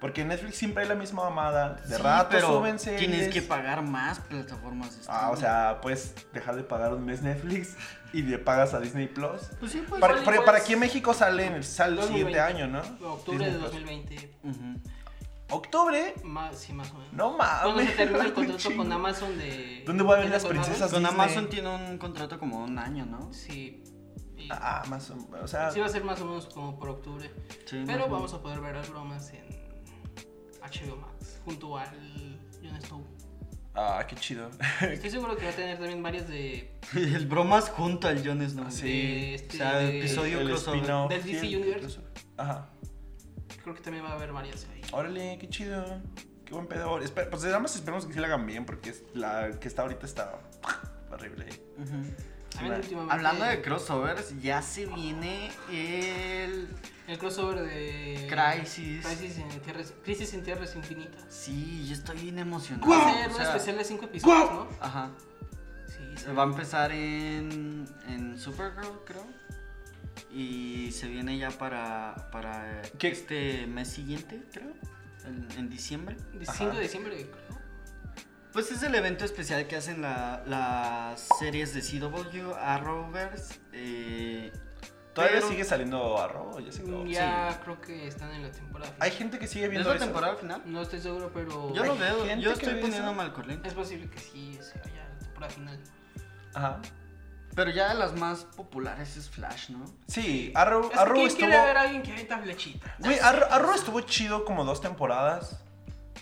Porque en Netflix siempre hay la misma mamada. De
Sí,
rato
pero
suben series.
Tienes que pagar más plataformas de
Ah, o
streaming.
sea, puedes dejar de pagar un mes Netflix y le pagas a Disney Plus.
Pues sí, pues.
Para,
igual y
para-
puedes-
para aquí en México sale en el, sale el siguiente
2020.
año, ¿no?
Octubre
Disney
de
Plus.
2020.
Ujú.
¿Octubre?
Más, sí, más o menos.
No
Cuando se
mames.
termina el
un
contrato
chingo.
con Amazon de.
¿Dónde voy a ver
de
las
Conrado?
princesas?
Con
Disney.
Amazon tiene un contrato como de un año, ¿no?
Sí. Y-
Ah, más o o sea,
Sí, va a ser más o menos como por octubre.
Sí,
Pero vamos a poder ver las bromas en HBO Max junto al Jon Snow.
ah, qué chido.
Estoy seguro que va a tener también varias de
El bromas junto al Jon Snow.
Sí.
de
O
este,
sea,
de-
episodio
El
crossover.
spin-off.
Del DC
Sí, el
Universe.
crossover. Ajá.
creo que también va a haber varias ahí.
Oh,
Órale, qué chido. Qué buen pedo. Espe- pues nada más esperemos que sí la hagan bien, porque es- la que está ahorita está horrible.
Ujú.
También
Hola.
últimamente
Hablando de crossovers, ya se viene el.
el crossover de
Crisis.
Crisis en Tierras, Crisis en Tierras Infinitas.
Sí, yo estoy bien emocionado.
Va a ser
O
un
sea,
especial de 5 episodios, ¿no?
Ajá.
Sí, sí.
Se va a empezar en, en Supergirl, creo. Y se viene ya para, para
¿Qué?
este mes siguiente, creo. En, en diciembre.
5 de diciembre, creo.
Pues es el evento especial que hacen la- las series de CW, Arrowverse. Eh,
Todavía
pero-
sigue saliendo arroz, ya se acabó.
Mm, ya creo que están en la temporada.
Hay gente que
Mm,
sigue
¿Es
viendo
la
eso.
temporada final?
No estoy seguro, pero
Yo lo
Hay
veo,
gente
yo
que
estoy
ve
poniendo
eso.
mal corriente.
es posible que sí se vaya a la temporada final.
Ajá.
Pero ya de las más populares es Flash, ¿no?
Sí, Arrow,
Es que
Arrow
¿Quién
estuvo.
quiere ver a alguien que avienta flechita?
Güey, Arrow, Arrow estuvo chido como dos temporadas.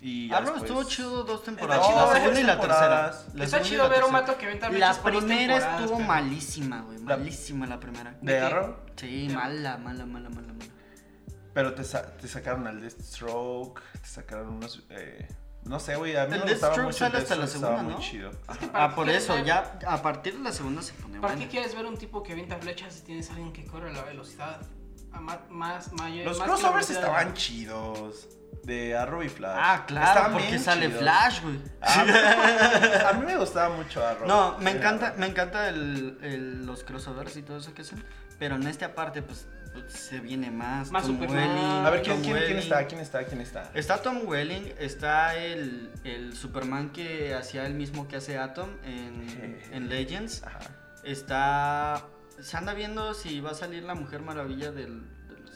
Y ya
Arrow
después-
estuvo chido dos
Está
temporadas.
chido
la
ver
segunda y la tercera.
temporadas.
La
Está
segunda y
chido
la
ver a un
tercera.
mato que avienta flechas
La
por dos
primera
temporadas,
estuvo
pero-
malísima, güey.
La-
Malísima la primera.
De
¿De qué?
Arrow.
Sí, mala, mala, mala, mala, mala.
Pero te, sa- te sacaron al Deathstroke. Te sacaron unos. eh, no sé, güey. A mí
El
me gustaba
Deathstroke
mucho.
sale
el
hasta la
Deathstroke, estaba
segunda,
muy
¿no?
chido.
Es que
Ajá.
para
Ah,
qué
por
quieres
eso,
ver-
ya a partir de la segunda se pone
¿Para
buena.
qué quieres ver un tipo que avienta flechas si tienes a alguien que corre a la velocidad? A ma- más,
Eh,
mayor.
Los
más que la
crossovers
velocidad
estaban
de-
chidos. De Arrow y Flash.
Ah, claro,
Estaban
porque
bien
sale
chidos.
Flash, güey.
Ah, a mí me gustaba mucho Arrow.
No, me
Era-
encanta, me encanta el, el- los crossovers y todo eso que hacen. Pero en este aparte, pues, se viene más.
Más
Tom
Superman.
Welling,
A ver, ¿quién,
Tom
quién, quién
Welling.
está? ¿Quién está? ¿Quién está?
Está Tom Welling, está el, el Superman que hacía el mismo que hace Atom en, en Legends.
Ajá.
Está. Se anda viendo si va a salir la Mujer Maravilla del. de los,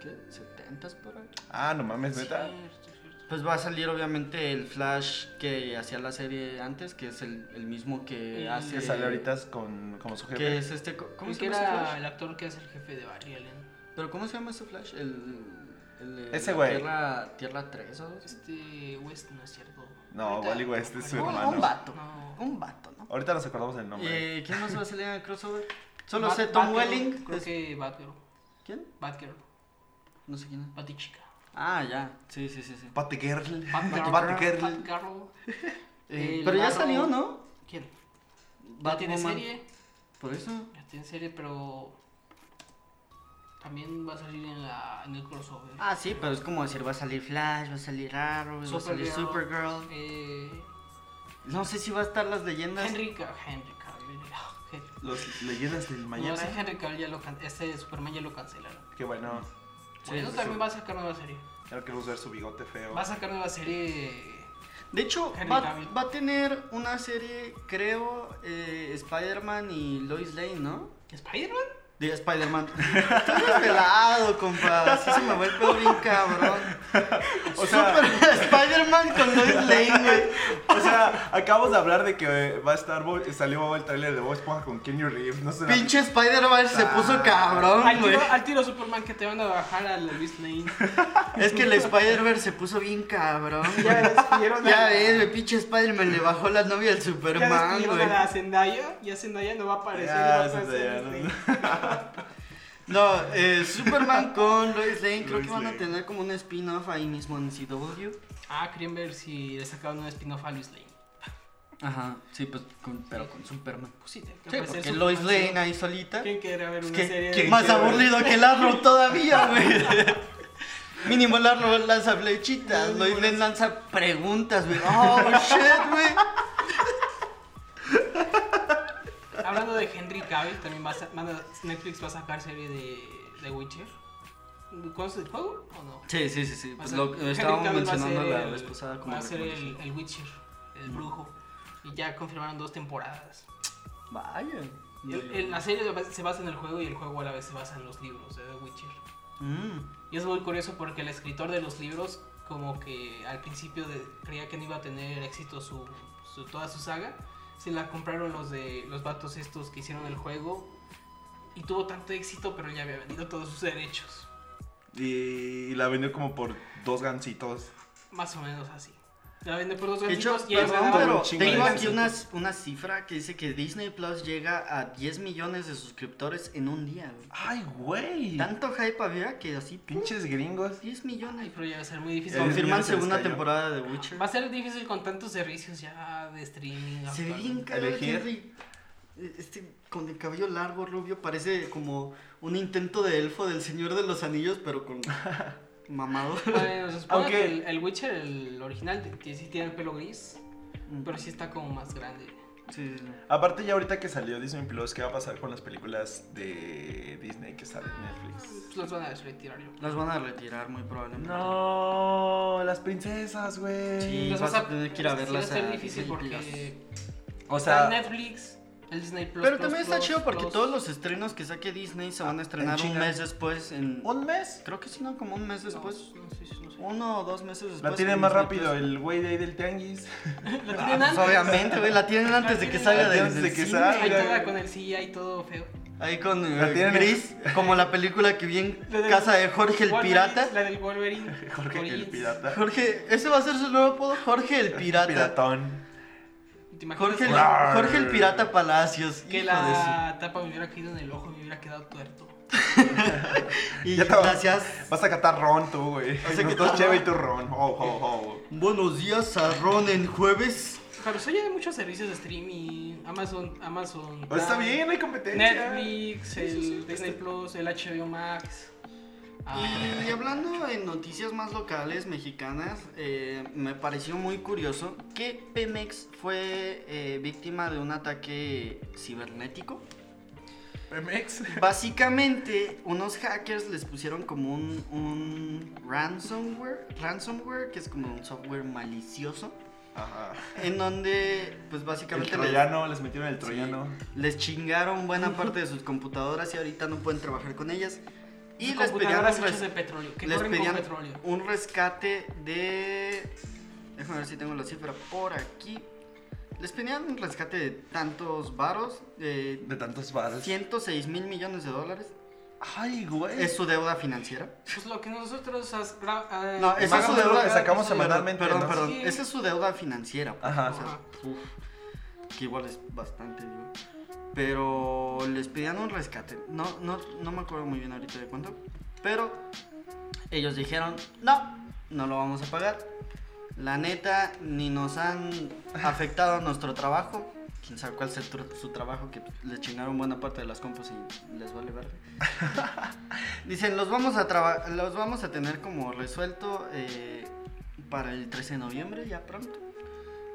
¿Qué? ¿70s por ahí?
Ah, no mames,
Sí,
neta.
cierto, cierto.
Pues va a salir obviamente el Flash que hacía la serie antes, que es el, el mismo que
El
hace.
Que sale ahorita es con, como su
Que
jefe.
es este. co- ¿Cómo
El
se
que
llama ese
era
Flash?
el actor que hace el jefe de Barry Allen?
¿Pero cómo se llama ese Flash? El. el de
Ese
la
güey.
Tierra, tierra 3 o algo así.
Este West no es cierto.
No,
Ahorita-
Wally West es su
No,
Un,
hermano.
un vato.
No.
Un vato, ¿no?
Ahorita nos acordamos del nombre.
Eh, ¿Quién más va a salir en el crossover? Solo
Bat-
sé Tom
Batgirl,
Welling.
Creo
es-
que Batgirl.
¿Quién?
Batgirl.
No sé quién es.
Batichica.
Ah, ya. Sí, sí, sí. sí.
Pate Girl.
Batgirl. Batgirl.
Eh,
El
pero ya
Barro-
salió, ¿no?
¿Quién? Ya tiene
Batwoman.
serie.
Por eso.
Ya tiene serie, pero. También va a salir en, la, en el crossover.
Ah, sí, pero es como decir, va a salir Flash, va a salir Arrow, va a salir
Supergirl.
Supergirl.
Eh,
No sé si va a estar las leyendas.
Henry Ca- Henry Cavill. ah, Henry.
Los leyendas del
No,
mañana.
ese Henry Cavill ya lo can- Este Superman ya lo cancelaron.
Qué bueno.
Bueno,
sí,
también
sí.
va a sacar nueva serie.
Ya no queremos ver su bigote feo.
Va a sacar nueva serie.
De hecho,
Henry
va,
Cavill.
va a tener una serie, creo, eh, Spider-Man y Lois Lane, ¿no?
¿Spider-Man?
Diga Spider-Man. Estás pelado, compa. Así se me va el pedo bien cabrón.
O sea-
Super Spider-Man con Lois Lane, güey.
O sea, acabamos de hablar de que eh, va a estar Bob- salió el tráiler de Bob Esponja con Kenny Reeves. No sé.
Pinche Spider-Man se
ah.
puso cabrón,
Al
güey.
tiro, al tiro Superman que te van a bajar a la Luis Lane.
Es que el Spider-Man se puso bien cabrón,
Ya
güey.
despidieron
Ya
a-
ves, el pinche Spider-Man le bajó la novia al
Ya
Superman,
despidieron
güey.
a la Zendaya. Ya Zendaya no va a aparecer.
Ya,
y va a ser
Zendaya,
Luis
no.
Lane.
No, eh, Superman con Lois Lane creo
Lois
que van a
Lane.
tener como un spin-off ahí mismo en CW.
Ah, querían ver si le sacaban un spin-off a Luis Lane.
Ajá, sí, pues, con- pero con Superman.
Pues sí, tiene que
Sí,
aparecer
porque
Superman,
Lois
sí.
Lane ahí solita.
¿Quién quería ver
Es
una
que-
serie
que
de-
más aburrido que el Arrow todavía, güey. Mínimo el Arrow lanza flechitas, Lois Lane lanza preguntas, güey. Oh, shit, güey.
Hablando de Henry Cavill, también va a sa- van a- Netflix va a sacar serie de, de Witcher. ¿Conoces el juego o no?
Sí, sí, sí, sí.
Va a
Pues
ser-
lo
Henry
estábamos
Cavill va a
mencionando
ser
la
el-
vez pasada como
Va a ser el,
recomendación.
el Witcher, el brujo. Y ya confirmaron dos temporadas.
Vaya.
El- el- la serie se basa- se basa en el juego y el juego a la vez se basa en los libros de The Witcher.
Mm.
Y es muy curioso porque el escritor de los libros como que al principio de- creía que no iba a tener éxito su, su- toda su saga. Se la compraron los de los vatos estos que hicieron el juego y tuvo tanto éxito pero ya había vendido todos sus derechos.
Y la vendió como por dos gancitos.
Más o menos así. La vende por dos
De hecho,
ganchitos Pues y ahí
perdón,
ganaba
pero
un chingo de
tengo
de
aquí
gancitos.
una, una cifra que dice que Disney Plus llega a 10 millones de suscriptores en un día, güey.
Ay, güey.
Tanto hype había que así, pum,
Pinches gringos.
10
Ay,
millones.
pero ya va a ser muy difícil.
El Confirma.
Confirman
millón se les
segunda
cayó.
temporada de Witcher.
Va a ser difícil con tantos servicios ya de streaming.
Se ve
actualmente.
bien caro el
Elegir.
Henry. Este, con el cabello largo, rubio, parece como un intento de elfo del Señor de los Anillos, pero con mamado.
Bueno, se supone
Aunque-
que el, el Witcher, el original, t- que sí tiene el pelo gris, pero sí está como más grande.
Sí, sí, sí.
Aparte ya ahorita que salió Disney Plus, ¿qué va a pasar con las películas de Disney que salen en Netflix?
Pues los van a retirar yo.
Las van a retirar muy probablemente.
No, las princesas, güey.
Sí. Y
Los
vas a tener que ir a
sí va
verlas
a ser
a
difícil
Disney
porque
O
está
sea,
Netflix, el Disney Plus.
Pero
Plus,
también está
Plus,
chido porque
Plus.
todos los estrenos que saque Disney se van a estrenar un
chinga.
mes después en...
Ah, un mes.
Creo que sí, ¿no? Como un mes
No,
después.
no sé, no sé.
Uno o dos meses después.
La tiene
en
más
Disney
rápido
Plus.
el güey de ahí del tianguis.
Lo tienen
Pues,
antes.
obviamente, güey, la tienen antes de que
tienen
salga de
antes de que
Ahí
salga.
toda con el CGI y todo feo.
Ahí con eh,
La tienen-
gris, como la película que vi en
La del-
casa de Jorge el
Wolverine,
Pirata.
La del Wolverine.
Jorge el
Origins.
pirata.
Jorge, ese va a ser su nuevo apodo, Jorge el Pirata.
Piratón.
¿Te imaginas
Jorge el,
Rar.
Jorge el Pirata Palacios.
que
hijo
la tapa me hubiera caído en el ojo y me hubiera quedado tuerto?
de su- Y
Ya te va-
gracias.
Vas a catar ron tú, güey.
Vas a
Nosotros
catar
cheve y
ron.
tu ron. Oh, Ho, ho, ho.
Buenos días a Ron en jueves.
Pero soy hay muchos servicios de streaming. Amazon, Amazon.
Pues está
Prime,
bien, hay competencia.
Netflix,
Sí, sí, sí,
el Disney Plus, el HBO Max. Ah,
Y hablando en noticias más locales mexicanas, eh, me pareció muy curioso que Pemex fue eh, víctima de un ataque cibernético.
Pemex.
Básicamente, unos hackers les pusieron como un, un ransomware, ransomware, que es como un software malicioso,
Ajá.
en donde, pues
El
básicamente les,
troyano, les metieron el troyano.
les chingaron buena parte de sus computadoras y ahorita no pueden trabajar con ellas. Y les pedían
computadoras
un
hechas
res-
de petróleo. Que
les
corren
pedían
con petróleo.
un rescate de. Déjame ver si tengo la cifra por aquí. Les pedían un rescate de tantos varos, de
De tantos bares.
106 mil millones de dólares.
Ay, güey.
Es su deuda financiera.
Pues lo que nosotros. as- gra- ah,
No, esa es su
pagamos
pagamos-
deuda.
lo que sacamos
pagamos-
semanalmente,
Perdón,
¿no?
perdón.
Sí.
Esa es su deuda financiera. pues,
Ajá.
o sea,
Ajá.
uf, que igual es bastante. digo. Pero les pedían un rescate. No, no, no me acuerdo muy bien ahorita de cuánto. Pero ellos dijeron, no, no lo vamos a pagar. La neta, ni nos han afectado nuestro trabajo. Quién sabe cuál es el tru- su trabajo, que les chingaron buena parte de las compus y les vale ver. Dicen, los vamos a traba- los vamos a tener como resuelto eh, para el 13 de noviembre, ya pronto.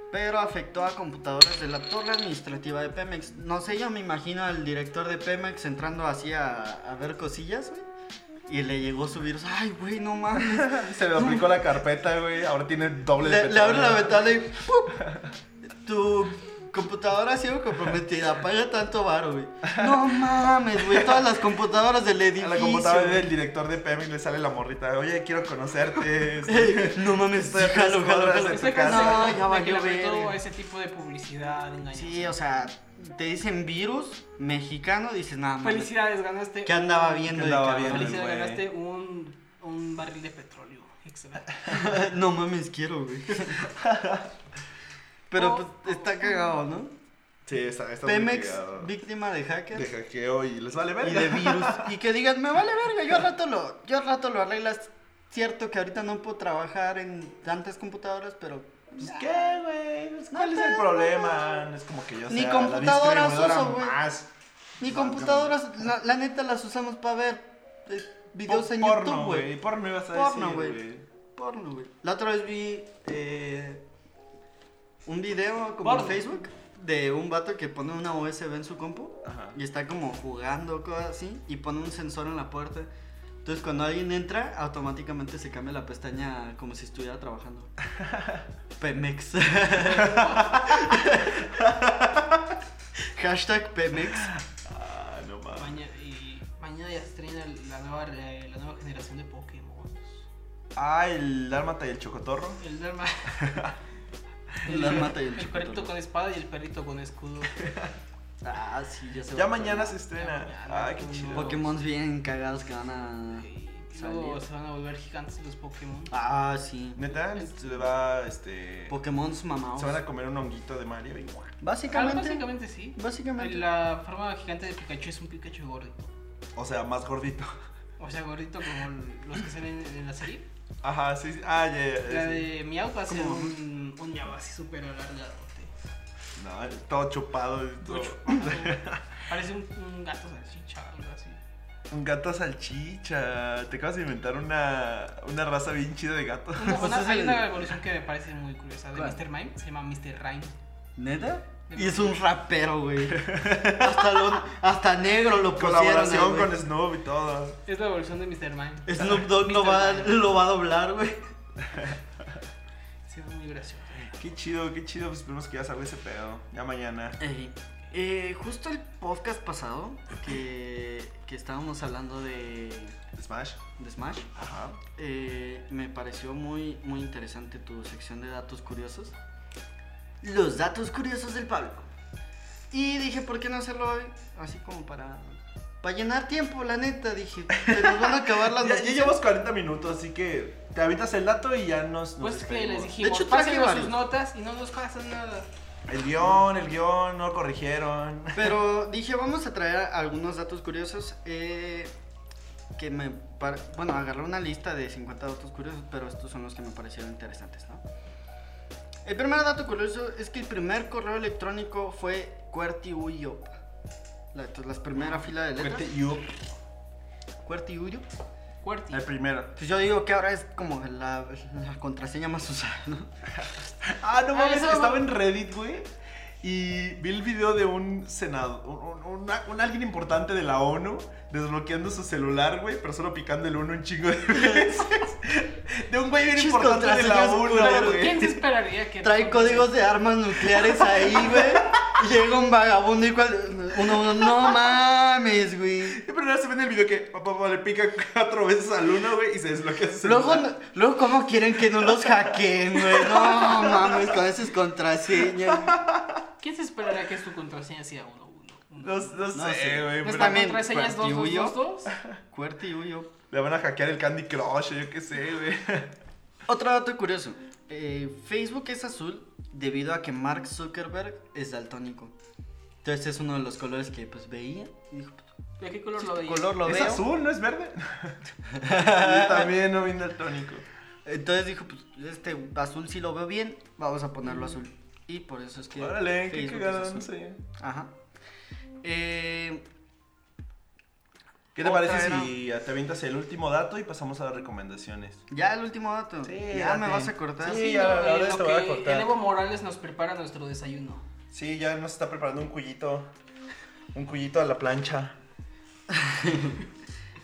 Pero afectó a computadoras de la torre administrativa de Pemex. No sé, yo me imagino al director de Pemex entrando así a, a ver cosillas, güey. Y le llegó su virus. Ay, güey, no mames.
Se le aplicó la carpeta, güey. Ahora tiene doble de
Le, le abre
petróleo.
la ventana y ¡pup! Tu computadora ha sido comprometida. Paga tanto varo, güey. No mames, güey. Todas las computadoras del edificio.
A la computadora del director de PM y le sale la morrita. Oye, quiero conocerte. este,
No mames,
Estoy a tres
jalo, jalo,
cuadras
jalo.
de
Estoy
tu casa.
cansado
No, ya
Pues de que
valió
le todo
verga.
ese tipo de publicidad engañosa.
Sí, o sea, te dicen virus mexicano, dices nada más.
Felicidades, ganaste.
¿Qué andaba
un-
viendo?
¿Qué andaba
el cabrón?
viendo?
Felicidades,
güey.
ganaste un, un barril de petróleo. Excelente.
No mames, quiero, güey. Pero
Oh.
pues está cagado, ¿no?
Sí, está, está muy
Pemex,
cagado.
víctima de hackers.
de hackeo y les vale
y
verga.
de virus. Y que digan, me vale verga, yo al rato lo, yo al rato lo arreglas. Cierto que ahorita no puedo trabajar en tantas computadoras, pero
Pues, ¿Qué, güey? Pues, ¿Cuál es el problema? No es como que yo sea
Ni
la
computadoras
distribuidora
uso, güey.
más.
ni
No,
computadoras, la, la neta las usamos para ver eh, videos
Po-
en
porno,
YouTube, güey.
Porno ibas a
Porno,
decir,
güey. Porno, güey. La otra vez vi eh, un video como
Porno.
en Facebook de un vato que pone una USB en su compu
Ajá.
y está como jugando, cosas así, y pone un sensor en la puerta. Entonces cuando alguien entra, automáticamente se cambia la pestaña como si estuviera trabajando. Pemex. Hashtag Pemex.
Ah, no mames.
Maña- y mañana ya se estrena la nueva, eh, la nueva generación de Pokémon.
Ah, el Dálmata y el Chocotorro.
El Dharma.
El Dálmata y el Chocotorro.
perrito con espada y el perrito con escudo.
Ah, sí, ya se va
Ya
a
mañana se
poner.
estrena.
mañana,
Ay, qué
no.
chido.
Pokémon bien cagados que van a...
Y
Salió.
luego se van a volver gigantes los Pokémon.
Ah, sí.
Neta, se le va, este...
Pokémon mamados.
Se van a comer un honguito de Mario y... ¡guau!
Claro,
Básicamente.
Ah, básicamente sí.
Básicamente.
Eh, La forma gigante de Pikachu es un Pikachu gordito.
O sea, más gordito.
O sea, gordito como los que salen en la serie.
Ajá, sí, sí. Ah, ya, ya,
La
sí.
de Meowth va a ser
Eh, Como-
un, un Meowth así súper alargado.
No, todo chupado. y todo.
Parece un, un gato salchicha algo así.
Un gato salchicha. Te acabas de inventar una, una raza bien chida de gato.
Una-
Pues
una-
es
hay
el-
una evolución que me parece muy curiosa de
¿Cuál?
Mr. Mime. Se llama Mr. Rhyme.
¿Neta? Y es un rapero, güey. Hasta, lo- hasta negro lo pusieron.
Colaboración
güey.
con Snoop y todo.
Es la evolución de Mr. Mime.
Snoop Dogg lo
Mr.
va,
Mime.
lo va a doblar, güey.
Sí, es muy gracioso.
Qué chido, qué chido. Pues esperemos que ya salga ese pedo. Ya mañana.
Ey, eh, justo el podcast pasado que, que estábamos hablando de,
Smash.
de Smash,
Ajá.
eh, me pareció muy, muy interesante tu sección de datos curiosos. Los datos curiosos del Pablo. Y dije, ¿por qué no hacerlo hoy? Así como para... Para llenar tiempo, la neta, dije. Se nos van a acabar las
Pues
Ya, ya
noticias.
llevamos 40 minutos, así que te habitas el dato y ya nos. nos
Pues es que les
despedimos.
dijimos,
De hecho, traje
pásenos
varios.
sus notas y no nos pasan nada.
El guión, el guión, no lo corrigieron.
Pero dije, vamos a traer algunos datos curiosos. eh, que me. par- Bueno, agarré una lista de 50 datos curiosos, pero estos son los que me parecieron interesantes, ¿no? El primer dato curioso es que el primer correo electrónico fue QWERTY Uyop. La, entonces, la primera fila de letras.
Vete, you.
QWERTY Uyop.
QWERTY.
El primero.
Pues yo digo que ahora es como la, la contraseña más usada, ¿no?
Ah, no
Ah,
mames,
eso-
estaba en Reddit, güey. Y vi el video de un senador, un, un- una- un alguien importante de la ONU desbloqueando su celular, güey, pero solo picando el uno un chingo de veces. De un güey bien
Chis,
importante de la
contraseñas
ONU,
culeras.
Pero, ¿quién
güey.
se esperaría que...
Trae códigos de armas nucleares ahí, güey. Llega un vagabundo y cual... uno, uno, no mames, güey.
Pero nada, se ve en el video que papá papá, le pica cuatro veces al uno, güey, y se desbloquea su celular.
Luego, no- luego, ¿cómo quieren que no los hackeen, güey? No mames, con esas contraseñas.
¿Quién se esperaría que su contraseña sea 1-1?
No, no
No sé.
sé, güey.
¿No Pues
pero
está
también,
contraseña es
¿cuartiuyo?
2-2-2-2?
Cuerte y huyo.
Le van a hackear el Candy Crush, o yo qué sé, güey.
Otro dato curioso. eh, Facebook es azul debido a que Mark Zuckerberg es daltónico. Entonces es uno de los colores que pues veía y dijo,
¿De qué color lo
este
veía?
color lo
es
veo.
azul, ¿no es verde? Yo también no vine al tónico.
Entonces dijo, pues este azul sí lo veo bien, vamos a ponerlo azul. Y por eso es que
Órale, qué
Facebook es
cagado, no
azul.
sé.
Ajá. Eh,
¿Qué te
Otra
parece
era-
si te avientas el último dato y pasamos a las recomendaciones?
ya el último dato.
Sí,
ya
date.
me vas a cortar.
Sí,
Sí,
ya,
no,
la
en
verdad
lo
esto me va a
que
cortar.
El Evo Morales nos prepara nuestro desayuno.
Sí, ya nos está preparando un cuyito. Un cuyito a la plancha.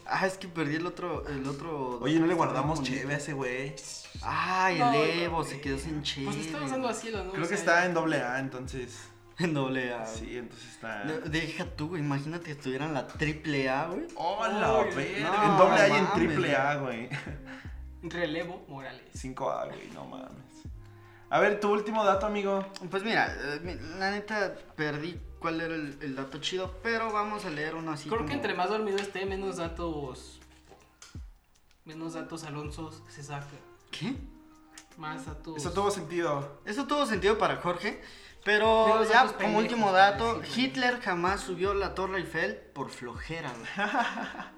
Ah, es que perdí el otro. El otro
Oye, no le guardamos
Bonito.
cheve a ese güey.
Ah, el
No, no,
Evo se
güey.
quedó sin cheve.
Pues le estamos dando a cielo, ¿no?
Creo
O sea,
que está en doble A, entonces.
En doble A.
Sí, entonces está.
De- Deja tú, güey. Imagínate que estuvieran en la triple A, güey.
¡Hola,
Uy,
verga!
no,
En doble A y en
mames,
triple A,
güey.
güey.
Relevo Morales.
5A, güey, no mames. A ver, tu último dato, amigo.
Pues mira, eh, mi- la neta perdí cuál era el, el dato chido, pero vamos a leer uno así.
Creo
como-
que entre más dormido esté, menos datos. Menos datos Alonso se saca.
¿Qué?
Más datos.
Eso tuvo sentido.
Eso tuvo sentido para Jorge,
Pero
pero
los
ya
datos
como
pendejos,
último
para
dato,
decirlo.
Hitler jamás subió la Torre Eiffel por flojera, güey.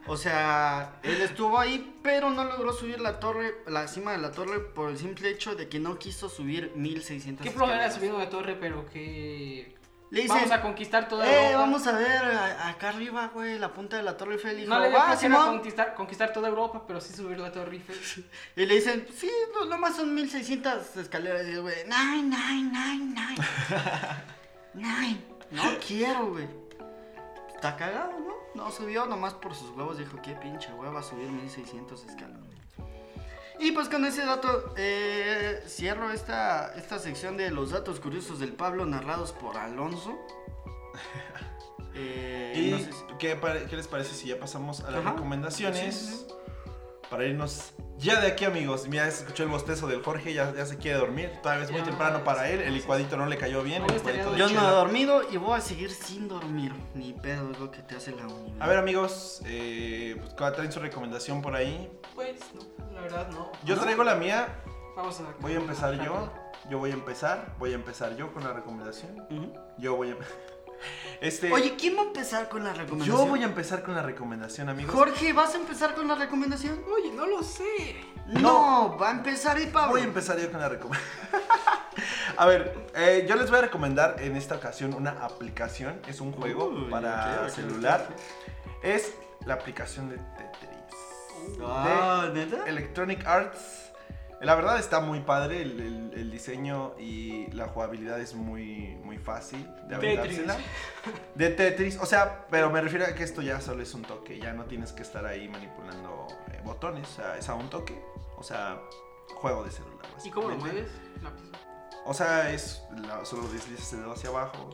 O sea, él estuvo ahí, pero no logró subir la torre, la cima de la torre por el simple hecho de que no quiso subir 1600
Qué flojera
escaleras.
subido de torre, pero que.
Le dice,
Vamos a conquistar toda
eh,
Europa.
vamos a ver a- acá arriba, güey, la punta de la Torre Eiffel. Dijo,
No le
Ah,
"Va,
dejaron
Simón".
conquistar, conquistar toda Europa, pero sí subir la Torre Eiffel.
Y le dicen, sí, no- nomás son 1600 escaleras. Y el güey, nine, nine, nine, nine. nine. No quiero, güey. Está cagado, ¿no? No subió nomás por sus huevos. Dijo, qué pinche hueva subir 1600 escalones. Y pues con ese dato eh, cierro esta, esta sección de los datos curiosos del Pablo narrados por Alonso. Eh,
¿Y
no sé si-
qué, pare- qué les parece si ya pasamos a las
Ajá.
recomendaciones?
Sí, sí,
Para irnos ya de aquí, amigos. Mira, se escuchó el bostezo del Jorge, ya, ya se quiere dormir. Todavía es muy
Ya,
temprano para
sí,
él. El
sí,
licuadito no le cayó bien.
No,
el
estaría
licuadito de
Yo no
chela.
he dormido y voy a seguir sin dormir. Ni pedo es lo que te hace la uni.
A ver, amigos, eh, pues, cada traen su recomendación por ahí.
Pues, no, la verdad no.
Yo
No,
traigo la mía.
Vamos a.
Voy a empezar yo.
rápido.
Yo voy a empezar. Voy a empezar yo con la recomendación.
Ujú.
Yo voy a. Este.
Oye, ¿quién va a empezar con la recomendación?
yo voy a empezar con la recomendación, amigos.
Jorge, ¿vas a empezar con la recomendación?
Oye, no lo sé.
No, va a empezar el Pablo.
Voy a empezar yo con la recomendación. a ver, eh, yo les voy a recomendar en esta ocasión una aplicación. Es un juego
Uy,
para
ok, ok,
celular.
ok.
Es la aplicación de Tetris.
Ah, ¿neta?
de Electronic Arts. La verdad está muy padre el, el- el diseño y la jugabilidad es muy, muy fácil de
Tetris.
aventársela. De Tetris, o sea, pero me refiero a que esto ya solo es un toque, ya no tienes que estar ahí manipulando eh, botones, o sea, es a un toque, o sea, juego de celular.
¿Y cómo lo
básicamente.
mueves? Lápiz.
O sea, es la- solo deslizas el dedo hacia abajo,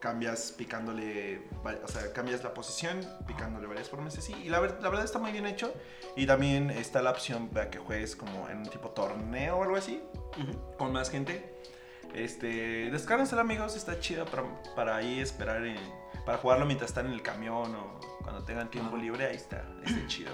cambias picándole, va- o sea, cambias la posición picándole varias formas y así. Y la, ver- la verdad está muy bien hecho. Y también está la opción para que juegues como en un tipo torneo o algo así,
Ujú.
con más gente. Este, descárgensela amigos, está chida para, para ahí esperar, en- para jugarlo mientras están en el camión o cuando tengan tiempo libre, ahí está, está chido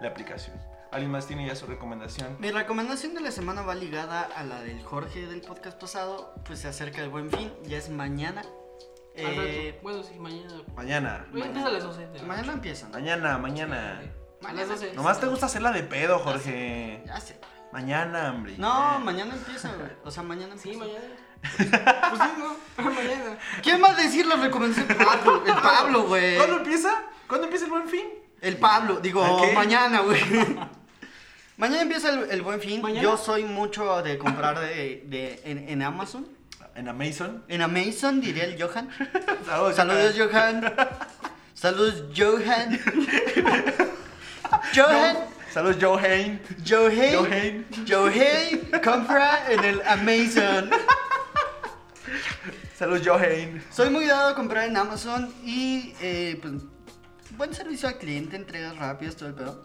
la aplicación. ¿Alguien más tiene ya su recomendación?
Mi recomendación de la semana va ligada a la del Jorge del podcast pasado. Pues se acerca el buen fin, ya es mañana.
Al
Eh,
rato. Bueno, sí, mañana.
Mañana,
Oye, empieza a las 12. de la
mañana empiezan.
mañana, mañana.
noche. A las 12.
Nomás te gusta hacerla de pedo, Jorge.
Ya sé. güey.
Mañana, hombre.
No, mañana empieza, güey. O sea, mañana
Sí,
empieza.
mañana. Pues sí, no. Mañana.
¿Quién va a decir la recomendación? Pablo, el Pablo,
Eh,
güey.
¿Cuándo empieza? ¿Cuándo empieza el buen fin?
El Pablo, digo,
¿A qué?
mañana, güey. mañana empieza el, el buen fin.
¿Mañana?
Yo soy mucho de comprar de, de- en, en Amazon.
En Amazon.
En Amazon, diría el Johan.
Saludos,
Saludos, Johan. Saludos, Johan. Johan.
Saludos, Johan.
Johan.
Johan.
Johan. Compra en el Amazon.
Saludos, Johan.
Soy muy dado a comprar en Amazon y eh, pues buen servicio al cliente, entregas rápidas, todo el pedo.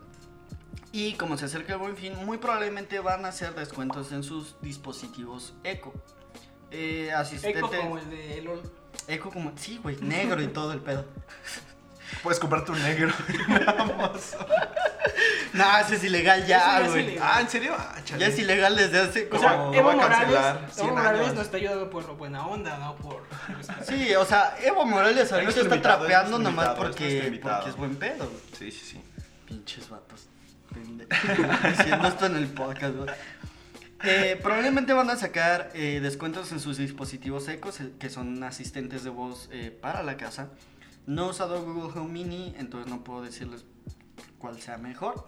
Y como se acerca el buen fin, muy probablemente van a hacer descuentos en sus dispositivos Eco. Eh, asistente.
Eco como el de LOL.
Eco como- Sí, güey, negro y todo el pedo.
Puedes comprarte un negro. Vamos.
Nah, ese es ilegal
Eso ya
ya,
es
güey.
ilegal.
Ah, ¿en serio? Ah, chale.
Ya es ilegal desde hace
O
como.
sea,
No, no va
Evo
a cancelar
Morales, Evo
100
Morales
años.
nos está ayudando por buena onda, no por... pues,
Sí, o sea, Evo Morales ahorita
nuestro
está
invitado, es
trapeando
nuestro
nomás
invitado, es nuestro
porque,
invitado.
porque es buen pedo, güey.
Sí, sí, sí.
Pinches vatos. pendejos, Diciendo esto en el podcast, güey. Eh, probablemente van a sacar eh, descuentos en sus dispositivos ecos, eh, que son asistentes de voz eh, para la casa. No he usado Google Home Mini, entonces no puedo decirles cuál sea mejor.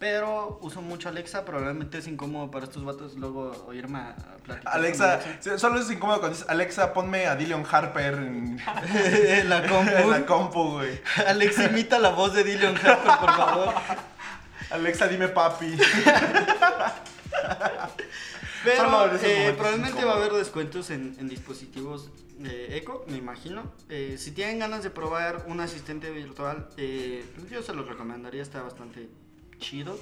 Pero uso mucho Alexa, probablemente es incómodo para estos vatos luego oírme a platicar. con
Alexa, solo es incómodo cuando dices, Alexa, ponme a Dillion Harper en,
En la
en
compu.
la compu, güey.
Alexa, imita la voz de Dylan Harper, por favor.
Alexa, dime papi. Solo en
Pero
esos
eh,
momentos
probablemente va
incómodos.
a haber descuentos en, en dispositivos de Echo, me imagino. Eh, si tienen ganas de probar un asistente virtual, eh, pues yo se los recomendaría, está bastante chido.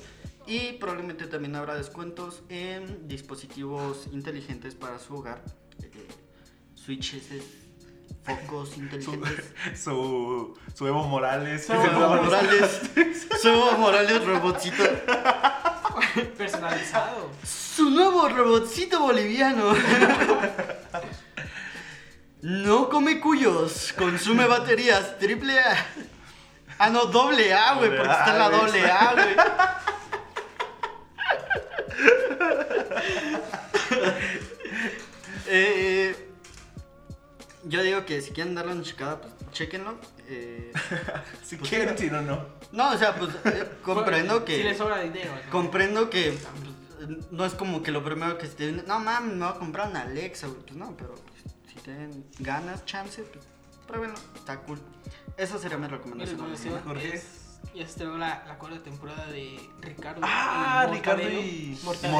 Y probablemente también habrá descuentos en dispositivos inteligentes para su hogar. eh, switches, focos inteligentes.
Su, su Evo Morales.
Su
que se
Evo
roba los-
Morales, Subo Morales, robotcito.
Personalizado.
Su nuevo robotcito boliviano. No come cuyos, consume baterías triple A. Ah, no, doble A, güey, porque está en la doble A, güey. Eh, eh, yo digo que si quieren darle una checada, pues chequenlo. Eh,
Si quieren, si no, no.
no, o sea, pues eh, comprendo que.
Si les sobra dinero. ¿no?
Comprendo que pues, no es como que lo primero que se te viene, no mames, me voy a comprar una Alexa, güey. Pues no, pero pues, si tienen ganas, chance, pues pruébenlo, está cool. Esa sería mi
Mi
recomendación.
recomendación
Jorge.
es. Ya se estrenó la, la cuarta temporada de Ricardo.
Ah,
y
Ricardo
Mortadelo.
y
Mortadelo.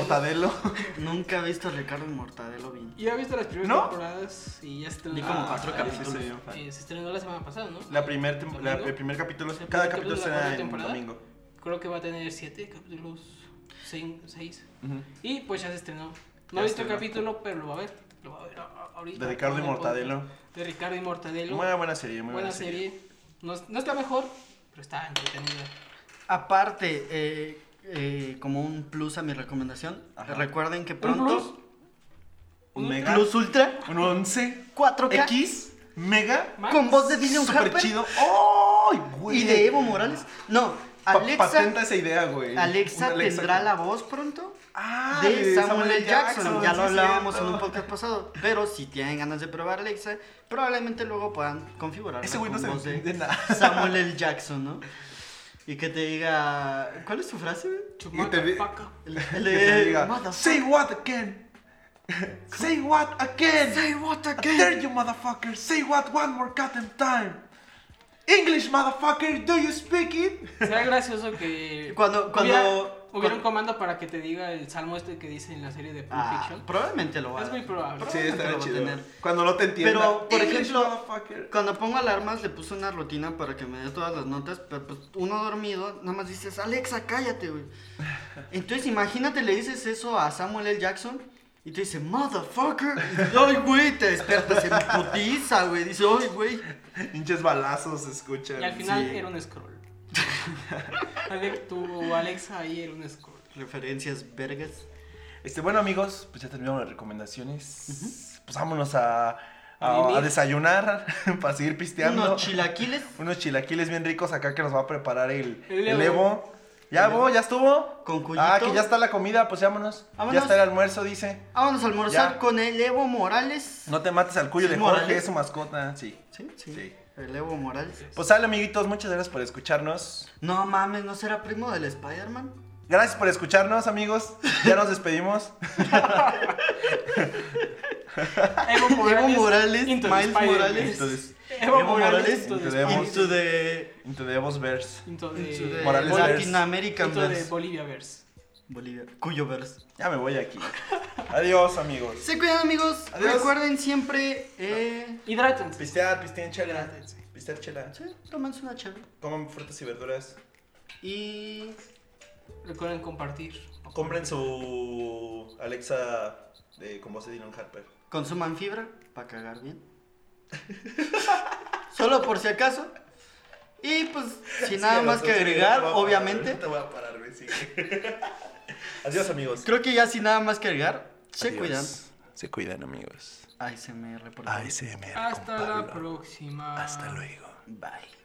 Mortadelo.
Nunca he visto a Ricardo en Mortadelo bien.
Yo he visto las primeras
¿No?
temporadas y ya estrenó.
Vi como cuatro
eh,
capítulos.
sí, soy yo fan.
eh, se estrenó la semana pasada, ¿no?
La primer tem- la-
¿Domingo?
el primer capítulo,
El primer
cada
capítulo
capítulo
de la
será
cuarta
en
temporada.
domingo.
Creo que va a tener siete capítulos, cin- seis.
Ujú.
Y pues ya se estrenó. No
Ya
he visto el
estrenó.
capítulo, pero lo va a ver. Lo va a ver a- a- ahorita.
De Ricardo y
Ponle, ponle.
Mortadelo.
De Ricardo y Mortadelo.
Muy buena serie, muy
buena,
buena, serie.
serie. No, es- no es la mejor, pero está entretenida.
Aparte, eh, eh, como un plus a mi recomendación,
Ajá.
recuerden que
¿Un plus?
pronto.
Un
Un
mega,
Plus Ultra
un 11,
4K
X, mega,
Max.
con voz de Dylan
super
Harper
chido. ¡Ay, güey!
y de Evo Morales. No,
Pa-
Alexa,
patenta esa idea, güey.
Alexa
Una
tendrá
que-
la voz pronto.
Ah,
de Samuel L. Jackson. Ya lo
sí,
hablábamos en
cierto.
un podcast pasado. Pero si tienen ganas de probar Alexa, probablemente luego puedan configurar.
Ese güey no se entiende nada.
Samuel L. Jackson, ¿no? Y que te diga. ¿Cuál es su frase, güey?
Chumaca,
Y te vi-
paca.
El-
Que
el-
te diga,
Motherfucker.
say what again. Say what again.
Say what
I
again?
dare you, motherfucker. Say what one more goddamn time. English, motherfucker. Do you speak it?
Será gracioso que.
Cuando- cuando-
Hubiera, hubiera un
cuando-
comando para que te diga el salmo este que dice en la serie de Pulp
Ah,
Fiction.
probablemente lo va a
Es muy probable.
Sí, estaría chido.
Cuando no te entienda.
Pero, por
English,
ejemplo,
motherfucker.
Cuando pongo alarmas le puse una rutina para que me dé todas las notas, pero pues uno dormido nada más dices, Alexa, cállate, güey. Entonces imagínate, le dices eso a Samuel L. Jackson y te dice, motherfucker. Y, ay, güey, te despiertas en putiza, güey. Dice, ay, güey.
Hinches balazos se escuchan.
Y al final
Sí.
era un scroll. Alex, tu Alexa ahí era un scroll.
Referencias vergas.
Este, bueno, amigos, pues ya terminamos las recomendaciones. Pues vámonos a, a,
Mimir.
a desayunar para seguir pisteando.
Unos chilaquiles
Unos chilaquiles bien ricos acá que nos va a preparar el,
El
el
Evo.
Evo. ¿Ya,
El
Evo? ¿Ya estuvo?
con cuyito.
Ah, que ya está la comida, pues vámonos. Ya
Vámonos.
está el almuerzo, dice.
Vámonos Ah, a almorzar
Ya.
con el Evo Morales.
No te mates al cuyo
Sí, ¿eh?
de Jorge,
Morales.
es su mascota. Sí.
Sí, sí.
Sí.
El Evo Morales.
Pues sale, amiguitos, muchas gracias por escucharnos.
No mames, ¿no será primo del Spider-Man?
Gracias por escucharnos, amigos. Ya nos despedimos.
Evo
Evo Morales,
into the
Miles
Spider-Man.
Morales.
Entonces,
Evo,
Evo
Morales.
Morales,
Into the Spider-Man.
Into
into the Evo.
the...
into the Evo's verse.
Into the-
Into the
Morales
Latin-
verse.
Latinoamerican
into the
verse.
Bolivia verse.
Bolivia. Cuyo verse.
Ya me voy aquí. Adiós, amigos.
Se cuidan amigos.
Adiós.
Recuerden siempre. Eh,
Hidrátense.
Pistear, pistear chela.
Hidrátense.
Pistear chela.
sí, tómense una chave.
Coman frutas y verduras.
Y.
Recuerden compartir.
Compren su Alexa de, con voz de Dylan Harper.
Consuman fibra. Para cagar bien. Solo por si acaso. Y pues, sin nada más que agregar, obviamente.
Te voy a parar, güey. sí. Adiós, amigos.
Creo que ya sin nada más que agregar. Se
Adiós.
cuidan.
Se cuidan, amigos.
Ay, se me reportó.
ASMR. con
Hasta la
Pablo.
próxima.
Hasta luego.
Bye.